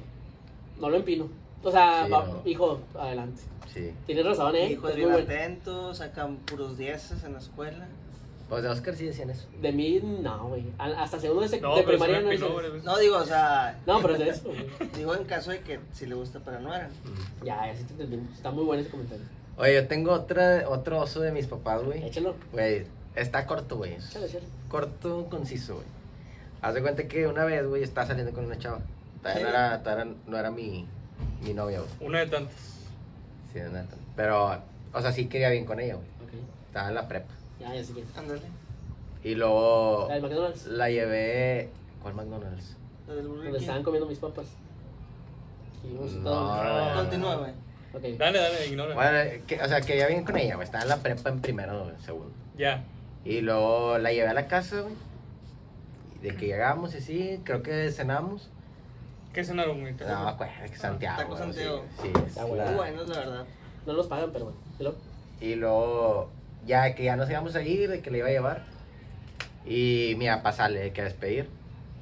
Speaker 3: no lo empino. O sea,
Speaker 2: Sí,
Speaker 3: va-
Speaker 2: no.
Speaker 3: hijo, adelante.
Speaker 2: Sí.
Speaker 3: Tienes razón,
Speaker 1: Mi
Speaker 3: ¿eh?
Speaker 1: hijo es
Speaker 3: Es muy
Speaker 1: bien
Speaker 3: bueno.
Speaker 1: atento, sacan puros dieces en la escuela.
Speaker 2: Pues de Oscar sí decían eso.
Speaker 3: De mí, no, güey. A- Hasta segundo de, sec-
Speaker 4: No,
Speaker 3: de
Speaker 4: pero se
Speaker 3: primaria
Speaker 4: me
Speaker 3: no
Speaker 4: empinó,
Speaker 3: hice-
Speaker 4: güey.
Speaker 1: No digo, o sea,
Speaker 3: Pues No, pero es de eso. güey.
Speaker 1: digo en caso de que si le gusta, pero no era.
Speaker 3: Ya, ya sí te entendí. Está muy bueno ese comentario.
Speaker 2: Oye, yo tengo otra, otro oso de mis papás, güey.
Speaker 3: Échalo.
Speaker 2: Güey, está corto, güey.
Speaker 3: Échalo, échalo.
Speaker 2: corto, conciso, güey. Haz de cuenta que una vez, güey, estaba saliendo con una chava. Todavía no era, todavía no- no era mi, mi novia, güey.
Speaker 4: Una de tantas.
Speaker 2: Sí, no era tan- Pero, o sea, sí quería bien con ella, güey.
Speaker 3: Ok.
Speaker 2: Estaba en la prepa.
Speaker 3: Ya, ya sí que.
Speaker 1: Ándale,
Speaker 2: Y luego
Speaker 3: La del McDonald's.
Speaker 2: la llevé. ¿Cuál McDonald's?
Speaker 1: la del Burger
Speaker 3: Donde
Speaker 1: King.
Speaker 3: estaban comiendo mis papas. Y vamos a todo.
Speaker 2: No.
Speaker 1: Continúa, güey.
Speaker 3: Ok.
Speaker 4: Dale, dale, ignora.
Speaker 2: Bueno, eh, que- o sea, quería bien con ella, güey. Estaba en la prepa en primero, güey, en segundo.
Speaker 4: Ya.
Speaker 2: Y luego la llevé a la casa, güey. Y De que llegamos y sí, creo que cenamos.
Speaker 4: ¿Qué cenaron, güey? ¿Te
Speaker 2: No,
Speaker 4: acuerdas?
Speaker 2: acuerdo que Santiago.
Speaker 1: Taco
Speaker 2: güey, sí,
Speaker 1: Santiago.
Speaker 2: Sí, es
Speaker 3: Ah, güey.
Speaker 2: la-
Speaker 1: Muy bueno, la verdad.
Speaker 3: No los pagan, pero bueno. Y luego,
Speaker 2: Y luego, ya que ya nos íbamos a ir, de que le iba a llevar. Y mi papá sale de que a despedir.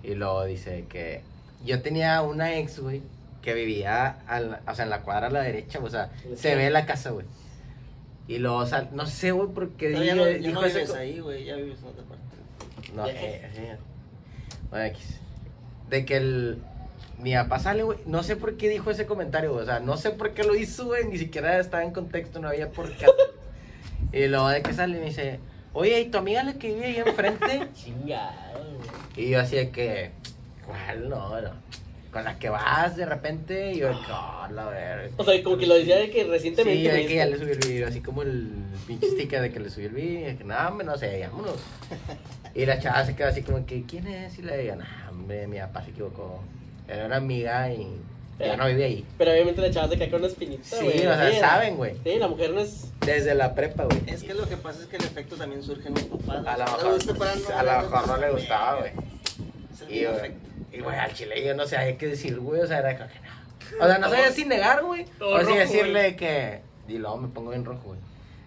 Speaker 2: Y luego dice que yo tenía una ex, güey, que vivía al- o sea, en la cuadra a la derecha, o sea, se ve la casa, güey. Y luego sal, no sé, güey, por qué
Speaker 1: Pero
Speaker 2: dije-
Speaker 1: ya no, ya no
Speaker 2: dijo ese
Speaker 1: vives
Speaker 2: co-
Speaker 1: ahí, güey, ya vives en otra parte.
Speaker 2: No, eh, eh. Bueno, X. De que el. Mi papá sale, güey. No sé por qué dijo ese comentario, güey. O sea, no sé por qué lo hizo, güey. Ni siquiera estaba en contexto, no había por qué. y luego de que sale me dice, oye, ¿y tu amiga la que vive ahí enfrente?
Speaker 3: chingado, güey.
Speaker 2: y yo así de que, ¿cuál? No, no. Con la que vas de repente. Y yo, no, la verga.
Speaker 3: O sea, como que lo decía de que recientemente.
Speaker 2: Sí, de
Speaker 3: güey,
Speaker 2: que ya le subí el video, así como el pinche sticker de que le subí el video, de que no, hombre, no sé, vámonos. Y la chava se quedó así como que, ¿quién es? Y le digan, no, hombre, mi papá se equivocó. Era una amiga y ya no vive ahí.
Speaker 3: Pero obviamente la chava se cae con una espinita,
Speaker 2: Sí,
Speaker 3: güey.
Speaker 2: o sea,
Speaker 3: Sí,
Speaker 2: saben, güey.
Speaker 3: Sí, la mujer no es...
Speaker 2: Desde la prepa, güey.
Speaker 1: Es que lo que pasa es que el efecto también surge en los papás.
Speaker 2: A lo
Speaker 1: No le
Speaker 2: mejor,
Speaker 1: gusta para no-
Speaker 2: a lo mejor no le gustaba, güey.
Speaker 1: Es el
Speaker 2: Y,
Speaker 1: mismo
Speaker 2: güey,
Speaker 1: efecto.
Speaker 2: y, güey, al chile yo no sabía qué decir, güey. O sea, era como que no. O sea, no sabía si negar, güey.
Speaker 4: Todo
Speaker 2: O si
Speaker 4: rojo,
Speaker 2: decirle
Speaker 4: güey.
Speaker 2: que. Y luego me pongo bien rojo, güey.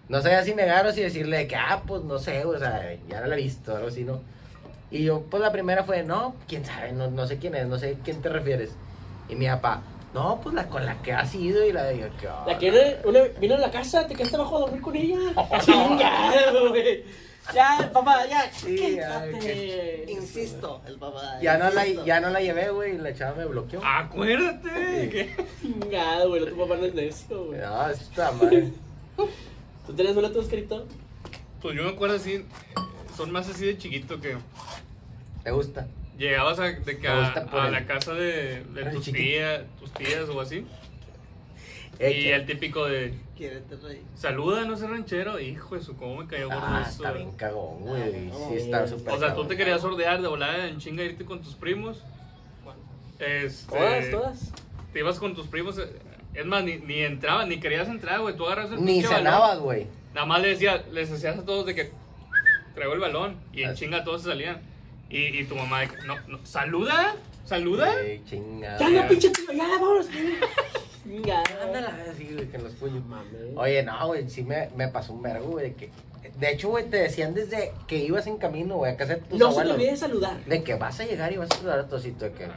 Speaker 2: No sabía si negar o si decirle que, ah, pues no sé, o sea, ya no la he visto, algo así, ¿no? Y yo, pues la primera fue, no, quién sabe, no, no sé quién es, no sé a quién te refieres. Y mi papá, no, pues la con la que has ido y la de. yo, ¿qué
Speaker 3: La
Speaker 2: onda?
Speaker 3: que una, una- vino a la casa, te quedaste abajo a dormir con ella. Chingado, güey. Ya, papá, ya.
Speaker 2: Sí,
Speaker 3: quítate.
Speaker 2: ay, qué
Speaker 1: Insisto, el papá.
Speaker 2: Ya no, la,
Speaker 1: insisto.
Speaker 2: ya no la llevé, güey, y la chava me bloqueó.
Speaker 4: Ah. Acuérdate. que-
Speaker 3: Chingado, güey. Tu papá no es necio, güey.
Speaker 2: No, está mal.
Speaker 3: ¿Tú tienes una tu escrito?
Speaker 4: Pues yo me acuerdo así. Son más así de chiquito que.
Speaker 2: ¿Te gusta?
Speaker 4: Llegabas a, de
Speaker 2: Me
Speaker 4: que a,
Speaker 2: gusta por
Speaker 4: a
Speaker 2: el-
Speaker 4: la casa de, de
Speaker 2: Ay,
Speaker 4: tus,
Speaker 2: chiquito.
Speaker 4: tías, tus tías o así.
Speaker 2: Eh,
Speaker 4: y
Speaker 2: que-
Speaker 4: el típico de.
Speaker 1: Quiérete, rey.
Speaker 4: Saluda, no sé ranchero. Hijo eso, cómo me cayó gordo
Speaker 2: Ah,
Speaker 4: eso.
Speaker 2: está bien cagón, güey.
Speaker 3: Ah,
Speaker 2: Sí,
Speaker 3: güey.
Speaker 2: está súper.
Speaker 4: O sea, tú
Speaker 2: cagón.
Speaker 4: te querías ordear de volada en chinga irte con tus primos. Este,
Speaker 3: Todas, todas.
Speaker 4: Te ibas con tus primos. eh, Es más, ni, ni entrabas, ni querías entrar, güey. Tú agarras el
Speaker 2: Ni
Speaker 4: pinche balón.
Speaker 2: cenabas, güey.
Speaker 4: Nada más les, decía, les hacías a todos de que traigo el balón. Y en
Speaker 2: Así.
Speaker 4: chinga todos se salían. Y, y tu mamá, de que, no, no, saluda, saluda.
Speaker 2: Ey, chingada.
Speaker 3: Ya, no, pinche tío, ya, vámonos. Chingado.
Speaker 2: Ándala, así, güey, que en los puños.
Speaker 3: Mames.
Speaker 2: Oye, no, güey, sí me, me pasó un vergo, güey. de que- De hecho, güey, te decían desde que ibas en camino, güey, a casa de tus
Speaker 3: No se te
Speaker 2: abuelos.
Speaker 3: olvide saludar.
Speaker 2: De que vas a llegar y vas a saludar a Tocito, de que.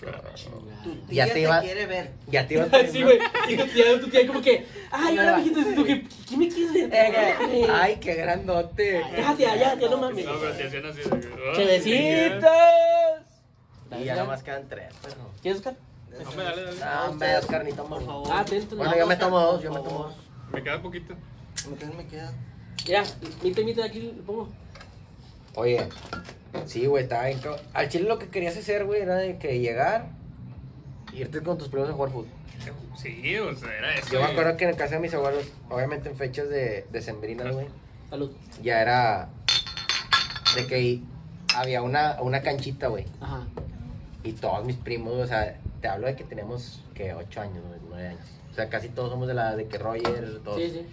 Speaker 1: Tu tía
Speaker 2: Ya te
Speaker 1: te,
Speaker 2: iba-
Speaker 1: quiere ver.
Speaker 2: Ya te ibas
Speaker 3: Sí,
Speaker 2: poniendo-
Speaker 3: güey. Y tu tía, tu tía como que, ay,
Speaker 2: No,
Speaker 3: ahora
Speaker 2: no.
Speaker 3: mijito, tú que, ¿qué me quieres ver?
Speaker 2: Eh, güey, Ay, qué grandote.
Speaker 3: Ya, tía, ya, tía, no mames.
Speaker 4: No, pero te hacían así. de que, "Ah,
Speaker 3: ¡Chevecitos!
Speaker 2: Y ya nomás quedan tres, pues, pero.
Speaker 3: ¿Quieres Oscar?
Speaker 4: No, me dale, dale.
Speaker 2: Ah, hombre, Oscar, ni tomo.
Speaker 1: Por favor.
Speaker 3: Ah, ten tu-
Speaker 2: Bueno,
Speaker 3: no,
Speaker 2: yo me
Speaker 1: Oscar,
Speaker 2: tomo dos,
Speaker 1: por
Speaker 2: yo me tomo
Speaker 1: favor.
Speaker 2: dos.
Speaker 4: Me queda poquito.
Speaker 1: Me queda- me queda.
Speaker 3: Ya, mite, mite, aquí lo pongo.
Speaker 2: Oye, sí, güey, estaba bien. cabrón. Al chile lo que querías hacer, güey, era de que llegar, irte con tus primos a jugar fútbol.
Speaker 4: Sí, o sea, era eso.
Speaker 2: Yo me
Speaker 4: güey.
Speaker 2: acuerdo que en el casa de mis abuelos, obviamente en fechas de, de güey,
Speaker 3: Salud.
Speaker 2: ya era de que había una, una canchita, güey.
Speaker 3: Ajá.
Speaker 2: Y todos mis primos, o sea, te hablo de que tenemos que 8 años, güey, 9 años. O sea, casi todos somos de la edad de que Roger, todos.
Speaker 3: Sí, sí.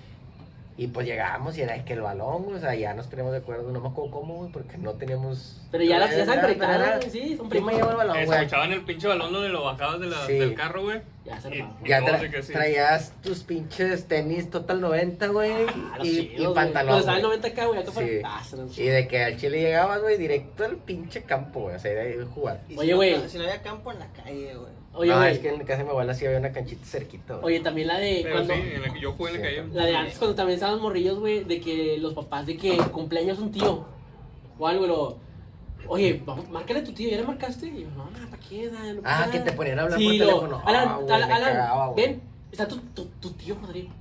Speaker 2: Y pues llegábamos y era de que el balón, güey, o sea, ya nos poníamos de acuerdo, no me acuerdo cómo, güey, porque no teníamos.
Speaker 3: Pero ya las ya
Speaker 2: se
Speaker 3: están conectadas, güey, sí, son
Speaker 2: Yo me
Speaker 3: primas.
Speaker 2: llevo el balón, güey.
Speaker 4: Eh, Escuchaban el pinche balón donde lo bajabas de la-
Speaker 2: Sí.
Speaker 4: del carro, güey.
Speaker 3: Ya se
Speaker 4: Y-
Speaker 3: armaba.
Speaker 4: y
Speaker 2: Ya
Speaker 4: todos
Speaker 2: tra-
Speaker 4: de que sí.
Speaker 2: traías tus pinches tenis Total 90, güey,
Speaker 3: Ah, los
Speaker 2: y,
Speaker 3: chidos,
Speaker 2: y
Speaker 3: güey.
Speaker 2: pantalón.
Speaker 3: Cuando estaba el
Speaker 2: güey.
Speaker 3: 90 acá, güey, acá
Speaker 2: Sí.
Speaker 3: para. Ah, se nos-
Speaker 2: Y de que al Chile llegabas, güey, directo al pinche campo, güey, o sea, era ir a jugar.
Speaker 1: Y
Speaker 3: Oye,
Speaker 1: si no-
Speaker 3: güey.
Speaker 1: si no había campo en la calle, güey.
Speaker 3: Oye,
Speaker 2: no,
Speaker 3: güey.
Speaker 2: es que en casa de mi abuela sí había una canchita cerquita, güey.
Speaker 3: Oye, también la de
Speaker 4: Pero
Speaker 3: cuando.
Speaker 4: sí, en la que yo jugué en la calle.
Speaker 3: La de antes, cuando también estaban morrillos, güey, de que los papás, de que cumpleaños un tío o algo, lo. Oye, vamos, márcale a tu tío, ¿ya le marcaste? Y yo, no, no, ¿para qué? da? No pasa
Speaker 2: Ah, que
Speaker 3: nada".
Speaker 2: te ponían a hablar
Speaker 3: Sí,
Speaker 2: por
Speaker 3: lo-
Speaker 2: teléfono.
Speaker 3: Alan,
Speaker 2: Ah, güey,
Speaker 3: Alan,
Speaker 2: me
Speaker 3: Alan,
Speaker 2: cagaba, güey.
Speaker 3: ven, está tu, tu, tu tío Rodrigo.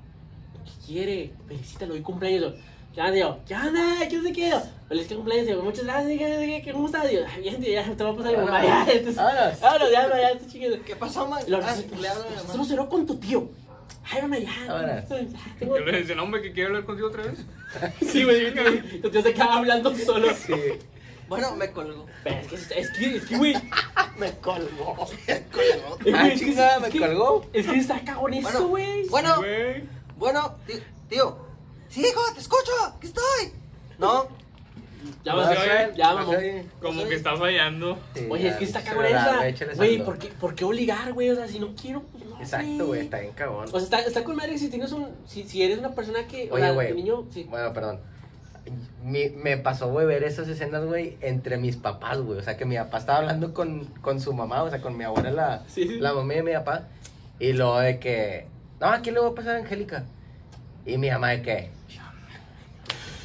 Speaker 3: ¿Qué quiere? Felicítalo, hoy cumpleaños. ¿Qué onda, tío? ¿Qué onda? ¿Qué onda? ¿Qué onda? Feliz cumpleaños, tío. Muchas gracias, ¿qué, qué, qué, ¿cómo estás? Tío? "Ay, Bien, tío, ya te va a pasar mi
Speaker 2: Ah.
Speaker 3: mamá. Ya, este es-
Speaker 2: Vámonos.
Speaker 3: Vámonos, ya, ya, este chiquito.
Speaker 1: ¿Qué pasó, man?
Speaker 3: Lo-
Speaker 1: Ah, le hablo a mi mamá.
Speaker 3: Se emocionó con tu tío. Ay, mamá, ya.
Speaker 2: Ahora.
Speaker 3: ya, tengo-
Speaker 4: Yo le decía, no, hombre, que quiero hablar contigo otra vez.
Speaker 3: Sí, güey, tu- tu tío se acaba hablando solo.
Speaker 1: Bueno, me colgó.
Speaker 3: Pero es que, es que, es que, güey. Me colgó.
Speaker 1: Colgó.
Speaker 2: Ah, chingada, me colgó.
Speaker 3: Es que está cagón eso,
Speaker 1: Bueno,
Speaker 3: güey.
Speaker 1: Bueno,
Speaker 4: Güey.
Speaker 1: bueno, ti- tío. Sí, hijo, te escucho. Aquí estoy. No,
Speaker 3: Ya
Speaker 4: No
Speaker 3: vas
Speaker 4: se
Speaker 3: a
Speaker 4: oye,
Speaker 3: ya
Speaker 2: no se
Speaker 3: vamos.
Speaker 2: oye.
Speaker 4: Como que está fallando.
Speaker 2: Sí,
Speaker 3: Oye, es que está
Speaker 2: pinche
Speaker 3: cagón
Speaker 2: bravo,
Speaker 3: esa.
Speaker 2: échale
Speaker 3: Güey,
Speaker 2: saldo.
Speaker 3: ¿por qué, ¿por qué obligar, güey? O sea, si no quiero. pues no,
Speaker 2: Exacto, güey, está bien cagón.
Speaker 3: O sea, está, está con madre si tienes un. Si, si eres una persona que. o sea,
Speaker 2: Oye, güey.
Speaker 3: de niño. Sí.
Speaker 2: Bueno, perdón. Mi- me pasó, güey, ver esas escenas, güey, entre mis papás, güey. O sea, que mi papá estaba hablando con, con su mamá, o sea, con mi abuela, la,
Speaker 3: Sí, sí.
Speaker 2: la mamá de mi papá. Y luego de que, no, ¿a quién le va a pasar a Angélica? Y mi mamá de que,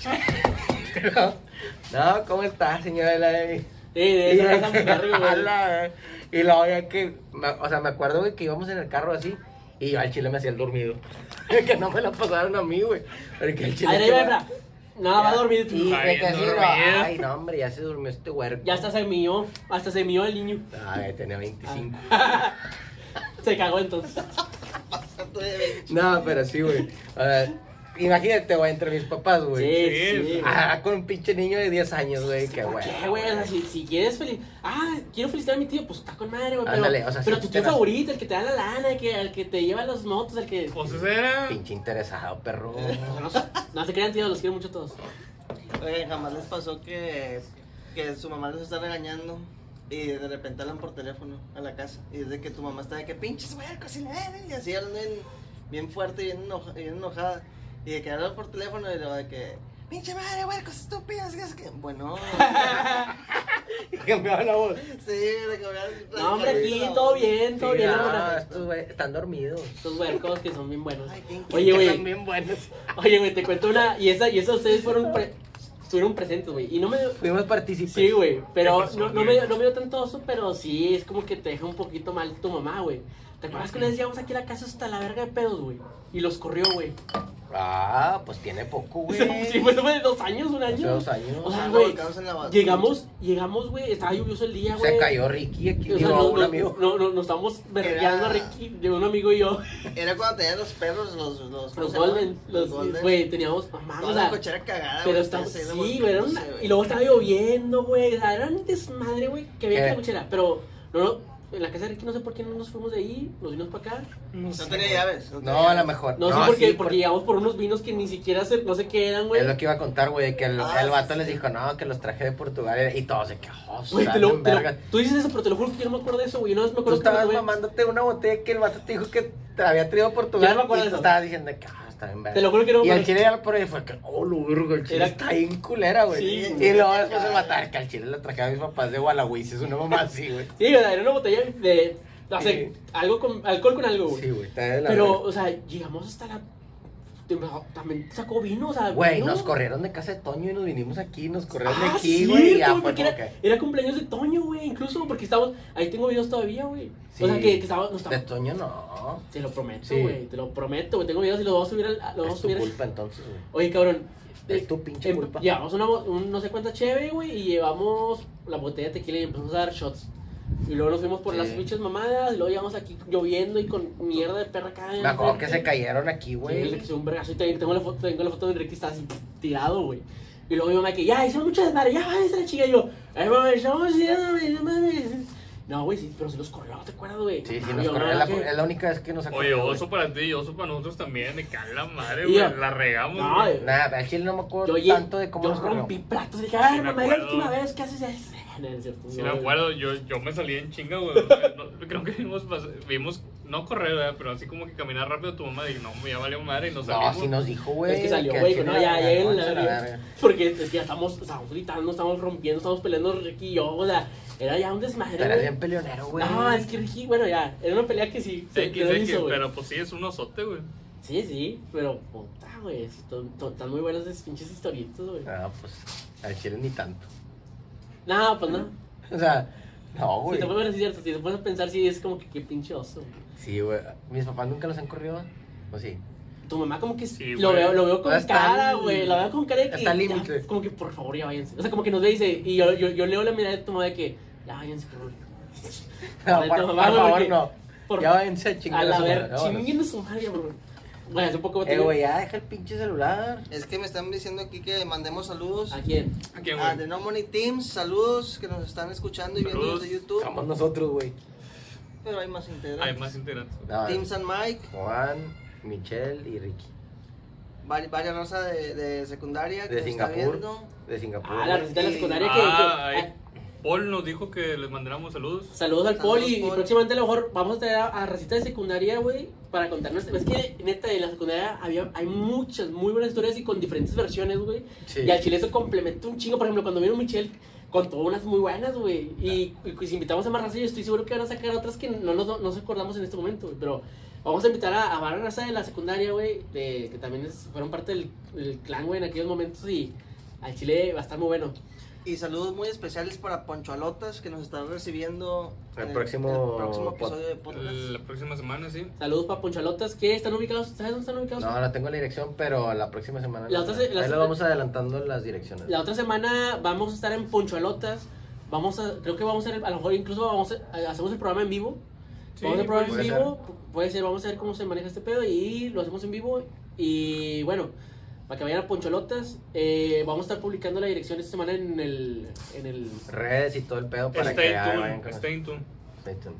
Speaker 2: no, ¿cómo está, señora? Elaine?"
Speaker 3: Sí, Eh, de
Speaker 2: Y
Speaker 3: esa
Speaker 2: de
Speaker 3: cosa
Speaker 2: que-
Speaker 3: muy larga, güey.
Speaker 2: ala, eh. Y luego ya que, me- o sea, me acuerdo, güey, que íbamos en el carro así y yo al chile me hacía el dormido. que no me la pasaron a mí, güey. Porque al chile.
Speaker 3: Adrián,
Speaker 2: que
Speaker 3: iba
Speaker 2: va-
Speaker 3: de fra- Nada, va a dormir
Speaker 2: Y
Speaker 3: tú.
Speaker 4: Está
Speaker 2: me
Speaker 4: bien
Speaker 2: quedé así,
Speaker 4: dormido.
Speaker 2: ay, no, hombre, ya se durmió este huerco.
Speaker 3: Ya hasta se mió. Hasta se mió el niño.
Speaker 2: Ay, tenía 25.
Speaker 3: Ah. Se cagó entonces.
Speaker 1: tanto de-
Speaker 2: No, pero sí, güey. O sea, imagínate, güey, entre mis papás, güey.
Speaker 3: Sí,
Speaker 4: Sí,
Speaker 3: sí.
Speaker 4: sí.
Speaker 2: Ah, con un pinche niño de 10 años, güey, qué
Speaker 3: ¿Por
Speaker 2: güey.
Speaker 3: ¿Qué, güey? O sea, si, si quieres feliz. Ah, quiero felicitar a mi tío, pues está con madre, güey. pero-
Speaker 2: Ándale, o sea,
Speaker 3: Pero
Speaker 2: sí,
Speaker 3: tu
Speaker 2: te
Speaker 3: tío
Speaker 2: las-
Speaker 3: favorito, el que te da la lana, el que, el que te lleva los motos, el que.
Speaker 4: O sea, ese era.
Speaker 2: Pinche interesado, perro.
Speaker 3: No, no se crean, tío, los quiero mucho a todos.
Speaker 1: Oye, eh, jamás les pasó que, que su mamá los está regañando y de repente hablan por teléfono a la casa y es de que tu mamá está de que pinches huercos y la verga", y así hablan bien, bien fuerte y bien, enoja- bien enojada y de que hablan por teléfono y luego de que pinche madre huercos estúpidos que es que bueno
Speaker 2: Cambiaba la voz.
Speaker 1: sí de que voy a-
Speaker 3: No, hombre, aquí todo bien, todo
Speaker 2: Sí,
Speaker 3: bien,
Speaker 2: no,
Speaker 3: hermana.
Speaker 2: estos güey están dormidos.
Speaker 3: Estos huercos que son bien buenos.
Speaker 1: Ay, qué-
Speaker 3: Oye,
Speaker 2: Que
Speaker 3: güey,
Speaker 2: son bien buenos.
Speaker 3: oye, güey, te cuento una. Y esa, y esa ustedes fueron pre- estuvieron presentes, güey. Y no me.
Speaker 2: Fuimos partícipes.
Speaker 3: Sí, güey,
Speaker 4: ¿Qué
Speaker 3: pero
Speaker 4: pasó,
Speaker 3: no, no,
Speaker 4: güey?
Speaker 3: me dio, no me dio tanto oso, pero sí es como que te deja un poquito mal tu mamá, güey. ¿Te acuerdas que una vez llegamos aquí a la casa hasta la verga de pedos, güey? Y los corrió, güey.
Speaker 2: Ah, pues tiene poco, güey.
Speaker 3: Sí, pues fue de dos años, un
Speaker 2: Hace
Speaker 3: año.
Speaker 2: dos años.
Speaker 3: O sea,
Speaker 1: Ando
Speaker 3: güey,
Speaker 1: volcados en la basura.
Speaker 3: llegamos, llegamos, güey, estaba lluvioso el día, güey.
Speaker 2: Se cayó Ricky aquí,
Speaker 3: O sea,
Speaker 2: digo, a
Speaker 3: no,
Speaker 2: un
Speaker 3: no,
Speaker 2: amigo.
Speaker 3: no, no, nos estamos berreando a Ricky, de un amigo y yo.
Speaker 1: era cuando tenían los perros los los ¿cómo
Speaker 3: Los
Speaker 1: se llaman?
Speaker 3: Golden, los
Speaker 1: Golden.
Speaker 3: güey, teníamos mamá,
Speaker 1: Toda
Speaker 3: o
Speaker 1: la
Speaker 3: sea,
Speaker 1: cochera cagada
Speaker 3: pero
Speaker 1: güey,
Speaker 3: estamos,
Speaker 1: todos ahí
Speaker 3: sí, güey, era una-
Speaker 1: revolcándose, güey.
Speaker 3: y luego estaba lloviendo, güey, o sea, era un desmadre, güey, que había
Speaker 2: ¿Qué?
Speaker 3: que la cochera, pero no, no, en la casa de Ricky no sé por qué no nos fuimos de ahí, nos vinimos para acá,
Speaker 1: no tenía llaves tenía
Speaker 2: No, a lo
Speaker 1: llaves.
Speaker 2: mejor.
Speaker 3: no, sé por qué,
Speaker 2: sí,
Speaker 3: porque llegamos por unos vinos que ni siquiera se, no sé qué eran, güey.
Speaker 2: Es lo que iba a contar, güey, que el,
Speaker 1: Ah,
Speaker 2: el vato
Speaker 1: sí,
Speaker 2: les
Speaker 1: sí.
Speaker 2: dijo, no, que los traje de Portugal y todos se quejó.
Speaker 3: Güey, te lo- te lo-
Speaker 2: verga.
Speaker 3: tú dices eso, pero te lo juro que yo no me acuerdo de eso, güey, yo no me
Speaker 2: Tú
Speaker 3: acuerdo que
Speaker 2: estabas
Speaker 3: güey,
Speaker 2: mamándote una botella que el vato te dijo que te había traído a Portugal.
Speaker 3: Ya no me acuerdo
Speaker 2: y
Speaker 3: de
Speaker 2: tú
Speaker 3: eso.
Speaker 2: estabas diciendo que, ah, está bien, verga.
Speaker 3: Te lo juro que no me
Speaker 2: Y el
Speaker 3: acuerdo.
Speaker 2: chile ya por ahí fue que, oh, lo verga, el chile
Speaker 3: Era-
Speaker 2: está bien culera, güey.
Speaker 3: Sí,
Speaker 2: y
Speaker 1: güey.
Speaker 2: luego después se matar, que al chile lo traje a mis papás de Gualahuis, es una mamá así, güey.
Speaker 3: Sí, o sea, era una botella de. No sé,
Speaker 2: Sí.
Speaker 3: algo con, alcohol con algo, güey.
Speaker 2: Sí, güey, está de la
Speaker 3: Pero,
Speaker 2: verga.
Speaker 3: o sea, llegamos hasta la también sacó vino, o sea,
Speaker 2: Güey,
Speaker 3: vino.
Speaker 2: nos corrieron de casa de Toño y nos vinimos aquí, nos corrieron de
Speaker 3: Ah,
Speaker 2: aquí,
Speaker 3: cierto,
Speaker 2: güey. y ya fue
Speaker 3: porque
Speaker 2: como
Speaker 3: era,
Speaker 2: que.
Speaker 3: era cumpleaños de Toño, güey, incluso porque estábamos, ahí tengo videos todavía, güey.
Speaker 2: Sí.
Speaker 3: O sea, que, que estaba, no estaba-
Speaker 2: De Toño no.
Speaker 3: te lo prometo,
Speaker 2: Sí.
Speaker 3: güey, te lo prometo, güey, tengo videos y los vamos a subir, al, los vamos
Speaker 2: Es
Speaker 3: a
Speaker 2: tu
Speaker 3: subir. al-
Speaker 2: culpa entonces, güey.
Speaker 3: Oye, cabrón.
Speaker 2: Es
Speaker 3: eh,
Speaker 2: tu pinche
Speaker 3: em-
Speaker 2: culpa.
Speaker 3: Llevamos una, bo- un no sé cuánta cheve, güey, y llevamos la botella de tequila y empezamos a dar shots. Y luego nos fuimos por
Speaker 2: Sí.
Speaker 3: las pinches mamadas, y luego llegamos aquí lloviendo y con mierda de perra acá.
Speaker 2: Me acuerdo que se
Speaker 3: cayó,
Speaker 2: cayeron aquí,
Speaker 3: güey.
Speaker 2: güey.
Speaker 3: un vergazo y también tengo la foto, tengo la foto de Enrique que está así tirado, güey. Y luego mi mamá que, ya, hicieron muchas desmadre, ya, váyanse a la chica. Y yo, ay, mami, estamos haciendo, güey, no mames. No, güey, sí, pero se los corrió, ¿te acuerdas, güey?
Speaker 2: Sí, sí,
Speaker 3: No,
Speaker 2: nos
Speaker 3: yo,
Speaker 2: corrieron.
Speaker 3: no,
Speaker 2: la-
Speaker 3: que-
Speaker 2: Es la única vez que nos sacó.
Speaker 4: Oye, oso para ti y oso para nosotros también. Me cae la madre,
Speaker 3: Y
Speaker 4: güey.
Speaker 3: yo-
Speaker 4: La regamos.
Speaker 3: No,
Speaker 4: güey.
Speaker 3: güey.
Speaker 2: Nada, al chile no me acuerdo
Speaker 3: Yo, oye,
Speaker 2: tanto de cómo
Speaker 3: yo
Speaker 2: nos corrieron.
Speaker 3: rompí platos. Dije, ay,
Speaker 4: Sí me
Speaker 3: mamá, era la
Speaker 4: acuerdo.
Speaker 3: última vez que haces eso. No, no es cierto.
Speaker 4: Sí,
Speaker 3: no,
Speaker 4: me acuerdo, yo, yo me salí en chinga, güey. O sea, no- creo que vimos, pas- vimos, no correr, ¿verdad? pero así como que caminar rápido tu mamá dijo, no, hombre, ya valió madre y nos
Speaker 2: No,
Speaker 4: salimos.
Speaker 2: sí nos dijo, güey.
Speaker 3: Es que salió,
Speaker 2: al
Speaker 3: güey, que
Speaker 2: chile
Speaker 3: no, ya,
Speaker 2: nos
Speaker 3: ya, él,
Speaker 2: ganó,
Speaker 3: la
Speaker 2: se la
Speaker 3: verdad.
Speaker 2: verga.
Speaker 3: Porque es que ya estamos, estamos gritando, estamos rompiendo, estamos peleando Ricky y yo, o sea, era ya un
Speaker 2: Tú eras
Speaker 3: desmadre. güey.
Speaker 2: bien peleonero, güey.
Speaker 3: No, es que Ricky, bueno, ya, era una pelea que sí,
Speaker 4: Sí,
Speaker 3: se
Speaker 4: que-
Speaker 3: quedó
Speaker 4: sí, que-
Speaker 3: liso, güey.
Speaker 4: pero pues sí, es un osote, güey.
Speaker 3: Sí, sí, pero puta, güey, están están muy buenas esas pinches historietas, güey.
Speaker 4: Ah.
Speaker 2: No, pues al chile ni tanto.
Speaker 3: No, pues no.
Speaker 2: O sea, no,
Speaker 3: Si
Speaker 2: güey.
Speaker 3: te puedes ver, es cierto, si te puedes pensar, sí, es como que qué pinche oso, güey.
Speaker 2: Sí, güey. Mis papás nunca los han corrido, ¿o sí?
Speaker 3: Tu mamá como que
Speaker 4: Sí,
Speaker 3: lo,
Speaker 4: güey.
Speaker 3: veo, lo veo con
Speaker 2: O sea, está
Speaker 3: cara,
Speaker 2: al-
Speaker 3: güey. Lo veo con cara de que.
Speaker 2: está al
Speaker 3: ya,
Speaker 2: límite.
Speaker 3: Como que por favor ya váyanse. O sea, como que nos ve y dice. Y yo, yo, yo leo la mirada de tu mamá de que. Ya váyanse, por favor.
Speaker 2: No,
Speaker 3: Ay,
Speaker 2: por,
Speaker 3: tu
Speaker 2: por
Speaker 3: mamá, güey,
Speaker 2: favor,
Speaker 3: porque-
Speaker 2: no.
Speaker 3: por-
Speaker 2: ya váyanse a chingar
Speaker 3: A la
Speaker 2: su madre,
Speaker 3: ver,
Speaker 2: vámonos.
Speaker 3: chinguen a su madre, bro. Bueno, hace poco
Speaker 2: Eh,
Speaker 3: tenía-
Speaker 2: güey, ya deja el pinche celular.
Speaker 1: Es que me están diciendo aquí que mandemos saludos.
Speaker 3: ¿A quién?
Speaker 4: ¿A quién,
Speaker 1: A The
Speaker 4: güey?
Speaker 1: Ah, No Money Teams, saludos que nos están escuchando y viendo
Speaker 4: Saludos.
Speaker 1: desde YouTube.
Speaker 2: Somos nosotros, güey.
Speaker 1: Pero hay más
Speaker 4: Hay
Speaker 1: integrantes.
Speaker 4: más integrantes.
Speaker 2: No,
Speaker 1: Team San Mike,
Speaker 2: Juan, Michelle y Ricky.
Speaker 1: vari- varias razas de, de secundaria que
Speaker 2: De
Speaker 1: nos está
Speaker 2: Singapur.
Speaker 1: viendo.
Speaker 2: De Singapur.
Speaker 3: Ah, la
Speaker 2: güey.
Speaker 3: receta de la secundaria que.
Speaker 4: Ah,
Speaker 3: que-
Speaker 4: ahí. Paul nos dijo que les mandáramos saludos.
Speaker 3: Saludos al
Speaker 1: Saludos,
Speaker 3: poli. Y
Speaker 1: Paul.
Speaker 3: próximamente a lo mejor vamos a traer a, a Racita de secundaria, güey, para contarnos. Es que, neta, en la secundaria había, hay muchas, muy buenas historias y con diferentes versiones, güey.
Speaker 2: Sí.
Speaker 3: Y al chile eso complementa un chingo. Por ejemplo, cuando vino Michelle, contó unas muy buenas, güey. Y, y pues, si invitamos a más raza, yo estoy seguro que van a sacar otras que no nos, no nos acordamos en este momento, güey. Pero vamos a invitar a, a varias raza de la secundaria, güey, de- que también es- fueron parte del, del clan, güey, en aquellos momentos. Y al chile va a estar muy bueno.
Speaker 1: Y saludos muy especiales para Ponchoalotas que nos están recibiendo
Speaker 2: El
Speaker 1: en
Speaker 2: próximo
Speaker 1: el próximo
Speaker 2: pod-
Speaker 1: episodio de podcast.
Speaker 4: La próxima semana, sí.
Speaker 3: Saludos para Ponchalotas, que están ubicados, ¿sabes dónde están ubicados?
Speaker 2: No, no tengo la dirección, pero la próxima semana.
Speaker 3: La otra se- la
Speaker 2: Ahí
Speaker 3: se-
Speaker 2: lo vamos adelantando las direcciones.
Speaker 3: La otra semana vamos a estar en Ponchalotas. Vamos a, creo que vamos a hacer, a lo mejor incluso vamos a- hacemos el programa en vivo.
Speaker 4: Sí,
Speaker 3: vamos a hacer el programa
Speaker 4: puede
Speaker 3: en
Speaker 2: ser.
Speaker 3: vivo. Pu- Puede ser, vamos a ver cómo se maneja este pedo y lo hacemos en vivo. Y bueno, para que vayan a Ponchalotas, eh, vamos a estar publicando la dirección esta semana en el. En el
Speaker 2: Redes y todo el pedo para
Speaker 4: Está
Speaker 2: que ya
Speaker 4: en
Speaker 2: vayan
Speaker 4: tune,
Speaker 2: con-
Speaker 4: está en tune.
Speaker 2: Stay tuned.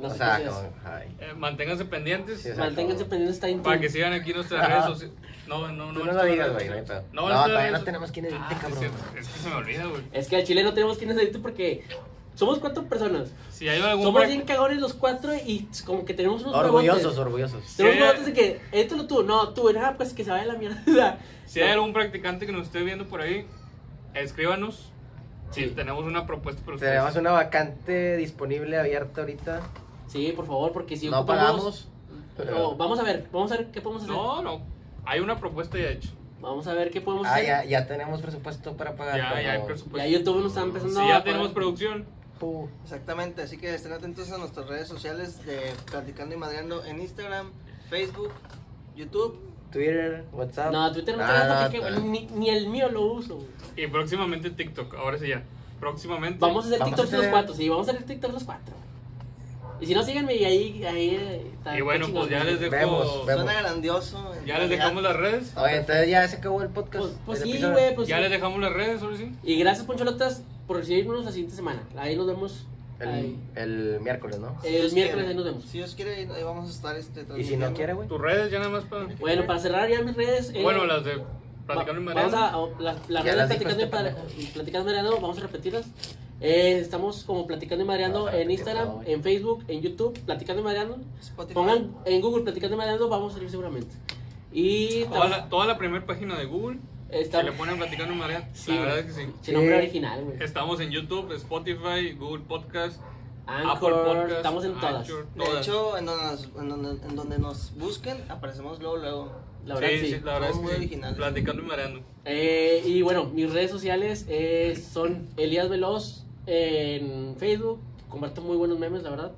Speaker 3: no
Speaker 2: o
Speaker 3: sé
Speaker 2: sea,
Speaker 3: qué es.
Speaker 2: como, ay.
Speaker 4: Eh, manténganse pendientes.
Speaker 2: Sí, exacto.
Speaker 3: Manténganse pendientes, está en
Speaker 4: Para que
Speaker 3: Tune.
Speaker 4: sigan aquí nuestras redes sociales. No, no, no.
Speaker 2: Tú no
Speaker 4: van
Speaker 2: lo
Speaker 4: a estar
Speaker 2: digas,
Speaker 4: las
Speaker 2: güey,
Speaker 4: redes
Speaker 2: no hay pedo.
Speaker 4: sociales.
Speaker 2: No,
Speaker 4: van a estar
Speaker 2: todavía
Speaker 4: las
Speaker 2: no
Speaker 4: redes
Speaker 2: tenemos quién edite,
Speaker 4: sociales. Ah,
Speaker 2: cabrón.
Speaker 4: sí, Es que se me olvida, güey.
Speaker 3: Es que al chile no tenemos quiénes edito porque somos cuatro personas.
Speaker 4: Si hay algún
Speaker 3: Somos
Speaker 4: break-
Speaker 3: bien cagones los cuatro y como que tenemos unos
Speaker 2: Orgullosos,
Speaker 3: huevotes.
Speaker 2: orgullosos.
Speaker 3: Tenemos
Speaker 4: Sí.
Speaker 3: momentos de que, esto lo tú, no, tú, nada, pues que se vaya a la mierda. O sea,
Speaker 4: Si hay algún practicante que nos esté viendo por ahí, escríbanos. Si tenemos una propuesta para ustedes.
Speaker 2: Tenemos una vacante disponible abierta ahorita.
Speaker 3: Sí, por favor, porque si
Speaker 2: no
Speaker 3: ocupamos-
Speaker 2: pagamos.
Speaker 3: No, vamos a ver, vamos a ver qué podemos hacer.
Speaker 4: No, no. Hay una propuesta ya hecha.
Speaker 3: Vamos a ver qué podemos
Speaker 2: Ah,
Speaker 3: hacer.
Speaker 2: ya, ya tenemos presupuesto para pagar.
Speaker 4: Ya, ya hay
Speaker 2: Ah, pero-
Speaker 4: presupuesto.
Speaker 3: Ya YouTube nos está
Speaker 4: Si
Speaker 3: empezando a
Speaker 4: ya
Speaker 3: poner-
Speaker 4: tenemos producción,
Speaker 2: Puh.
Speaker 1: Exactamente, así que estén atentos a nuestras redes sociales de Platicando y Madreando en Instagram, Facebook, YouTube.
Speaker 2: Twitter, WhatsApp.
Speaker 3: No, Twitter no
Speaker 2: Ah,
Speaker 3: tenemos
Speaker 2: no,
Speaker 3: porque
Speaker 2: no.
Speaker 3: güey, ni, ni el mío lo uso. güey.
Speaker 4: y próximamente TikTok. Ahora sí ya. Próximamente.
Speaker 3: Vamos a hacer
Speaker 2: Vamos
Speaker 3: TikTok
Speaker 2: a hacer-
Speaker 3: los cuatro, sí, vamos a hacer TikTok los cuatro. Y si no, síganme y ahí, ahí eh, está-
Speaker 4: Y bueno,
Speaker 3: está
Speaker 4: pues ya
Speaker 3: chingón.
Speaker 4: les dejo.
Speaker 2: Vemos, vemos.
Speaker 1: Pues Suena grandioso. en
Speaker 4: Ya les
Speaker 1: realidad.
Speaker 4: dejamos las redes.
Speaker 2: Oye, entonces ya se acabó el podcast.
Speaker 3: Pues, pues
Speaker 2: el
Speaker 3: sí,
Speaker 2: episodio.
Speaker 3: güey, pues
Speaker 4: Ya
Speaker 3: sí.
Speaker 4: les dejamos las redes, ahora sí.
Speaker 3: Y gracias, Poncholotas, por recibirnos la siguiente semana. Ahí nos vemos. ahí.
Speaker 2: El, el miércoles, ¿no?
Speaker 1: Si
Speaker 3: el
Speaker 1: Dios
Speaker 3: miércoles
Speaker 1: quiere.
Speaker 3: ahí nos vemos.
Speaker 1: Si Dios quiere, ahí ahí vamos a estar este,
Speaker 2: Y si no
Speaker 1: transmitiendo.
Speaker 2: quiere, güey.
Speaker 4: Tus redes ya nada más para.
Speaker 3: Bueno, para cerrar ya mis redes. eh,
Speaker 4: Bueno, las de Platicando y
Speaker 3: va-
Speaker 4: Mareando.
Speaker 3: Vamos a, las, las
Speaker 2: Ya
Speaker 3: redes
Speaker 2: las dijo
Speaker 3: platicando, y
Speaker 2: este
Speaker 3: Pare- oh,
Speaker 2: pendejo.
Speaker 3: platicando y mareando, vamos a repetirlas. Eh, estamos como platicando y mareando
Speaker 2: Vamos a
Speaker 3: en
Speaker 2: repetir
Speaker 3: Instagram,
Speaker 2: todo, güey.
Speaker 3: en Facebook, en YouTube, platicando y mareando.
Speaker 1: Spotify.
Speaker 3: Pongan en Google platicando y mareando, vamos a salir seguramente. Y
Speaker 4: Toda
Speaker 3: estamos-
Speaker 4: la, toda la primera página de Google.
Speaker 3: estamos-
Speaker 4: Si le ponen Platicando y Mareando.
Speaker 3: sí,
Speaker 4: la verdad
Speaker 3: güey,
Speaker 4: es que sí.
Speaker 3: Sin nombre
Speaker 2: Sí.
Speaker 3: original, güey.
Speaker 4: Estamos en YouTube, Spotify, Google Podcast,
Speaker 3: Anchor, estamos en todas.
Speaker 4: Anchor,
Speaker 1: De
Speaker 4: todas.
Speaker 1: hecho, en donde, nos, en, donde, en donde nos busquen, aparecemos luego, luego.
Speaker 3: La verdad,
Speaker 4: sí,
Speaker 3: sí.
Speaker 4: sí, la verdad es
Speaker 1: Somos muy
Speaker 4: que
Speaker 1: originales.
Speaker 4: platicando y mareando.
Speaker 3: Eh, y bueno, mis redes sociales eh, son Elías Veloz en Facebook. Comparto muy buenos memes, la verdad.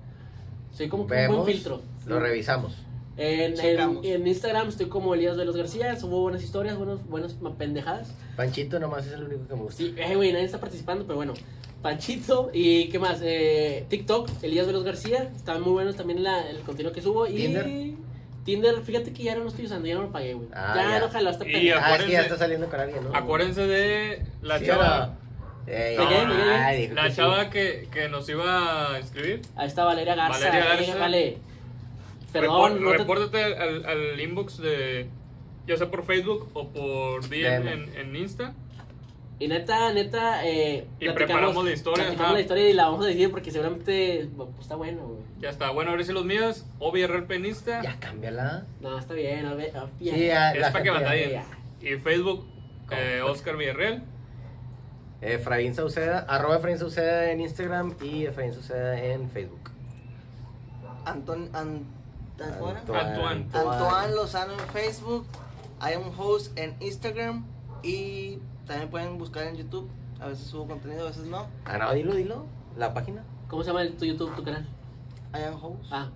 Speaker 3: Soy como que un buen
Speaker 2: Vemos,
Speaker 3: filtro.
Speaker 2: lo revisamos.
Speaker 3: En, en,
Speaker 1: Checamos.
Speaker 3: en Instagram estoy como Elías Veloz García. Subo buenas historias, buenas, buenas pendejadas.
Speaker 2: Panchito nomás es el único que me gusta.
Speaker 3: Sí, eh, güey, nadie está participando, pero bueno. Panchito y qué más, eh, TikTok, Elías Veloz García, están muy buenos también la- el contenido que subo. Y
Speaker 2: Tinder.
Speaker 3: Tinder, fíjate que ya no lo estoy usando, ya no lo pagué, güey.
Speaker 2: Ah,
Speaker 3: ya,
Speaker 2: ya.
Speaker 3: no jaló esta
Speaker 4: Y
Speaker 2: Ah,
Speaker 3: pendeja.
Speaker 2: es que ya
Speaker 4: acuérdense-
Speaker 2: está saliendo con alguien, ¿no?
Speaker 4: Acuérdense de la
Speaker 2: ¿Sí o
Speaker 4: chava.
Speaker 2: no? Ey,
Speaker 3: ¿De qué?
Speaker 2: ah,
Speaker 3: ¿De
Speaker 2: dijo
Speaker 4: La
Speaker 2: que sí.
Speaker 4: chava que, que nos iba a escribir.
Speaker 3: Ahí está Valeria Garza.
Speaker 4: Valeria
Speaker 3: eh,
Speaker 4: Garza.
Speaker 3: vale. Perdón,
Speaker 4: Repor-
Speaker 3: no te-
Speaker 4: repórtate al, al inbox de. Ya sea por Facebook o por DM
Speaker 2: DM.
Speaker 4: en, en Insta.
Speaker 3: Y neta, neta, eh,
Speaker 4: Y
Speaker 3: platicamos-
Speaker 4: preparamos la historia,
Speaker 3: Platicamos
Speaker 4: ajá.
Speaker 3: la historia y la vamos a decir porque seguramente bueno, pues, está bueno, güey.
Speaker 4: Ya está. Bueno, ahora sí los míos. Obi RP en Insta.
Speaker 2: Ya, cámbiala.
Speaker 3: No, está bien, a ver, a bien.
Speaker 2: Sí, ah. ya,
Speaker 4: Es
Speaker 2: la
Speaker 4: para que
Speaker 2: gente ya-
Speaker 4: batallen.
Speaker 3: ya.
Speaker 4: Y Facebook,
Speaker 2: ¿Cómo?
Speaker 4: eh, Oscar Villarreal.
Speaker 2: Efraín Sauceda, arroba Efraín Sauceda en Instagram y Efraín Sauceda en Facebook.
Speaker 1: Anton, an, ¿tan- ¿cómo era?
Speaker 2: Antoine.
Speaker 4: Antoine.
Speaker 1: Antoine Lozano en Facebook. I am host en Instagram. Y también pueden buscar en YouTube. A veces subo contenido, a veces no.
Speaker 2: Ah, no, dilo, dilo. La página.
Speaker 3: ¿Cómo se llama el, tu YouTube, tu canal?
Speaker 1: I am host.
Speaker 3: Ah,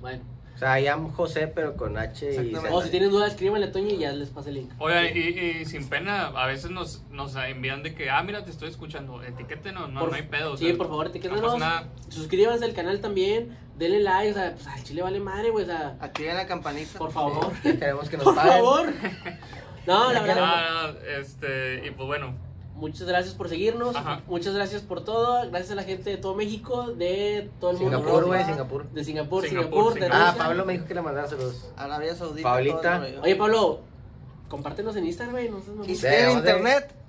Speaker 3: bueno.
Speaker 2: O sea, I am José, pero con H y
Speaker 1: Exactamente.
Speaker 2: Z.
Speaker 3: O si tienen dudas, escríbanle a Toño y ya les pasa el link.
Speaker 4: Oigan, y, y sin pena, a veces nos, nos envían de que, ah, mira, te estoy escuchando, etiquétenos, no,
Speaker 3: Por-
Speaker 4: no hay pedo. o
Speaker 3: Sí,
Speaker 4: sea,
Speaker 3: por favor,
Speaker 4: No
Speaker 3: etiquétenos.
Speaker 4: pasa nada.
Speaker 3: suscríbanse al canal también. Denle like, o sea, pues al chile vale madre, güey. O sea,
Speaker 1: Activen la campanita.
Speaker 3: por favor.
Speaker 2: Queremos que nos
Speaker 3: Por
Speaker 2: paguen.
Speaker 3: favor. No, la
Speaker 4: No,
Speaker 3: verdad.
Speaker 4: no, este, y pues bueno,
Speaker 3: Muchas gracias por seguirnos.
Speaker 4: Ajá.
Speaker 3: Muchas gracias por todo. Gracias a la gente de todo México, de todo el mundo.
Speaker 2: Singapur, güey,
Speaker 1: Europa.
Speaker 2: Singapur.
Speaker 3: De Singapur, Singapur,
Speaker 4: Singapur,
Speaker 3: de
Speaker 4: Singapur.
Speaker 2: Ah,
Speaker 3: Rusia.
Speaker 2: Pablo me dijo que le mandara saludos.
Speaker 1: Arabia Saudita.
Speaker 2: Paulita.
Speaker 1: todo el rollo.
Speaker 3: Oye, Pablo, compártenos en Instagram, güey. No seas mamón.
Speaker 1: Y si tienen
Speaker 2: Ve, oye.
Speaker 1: internet,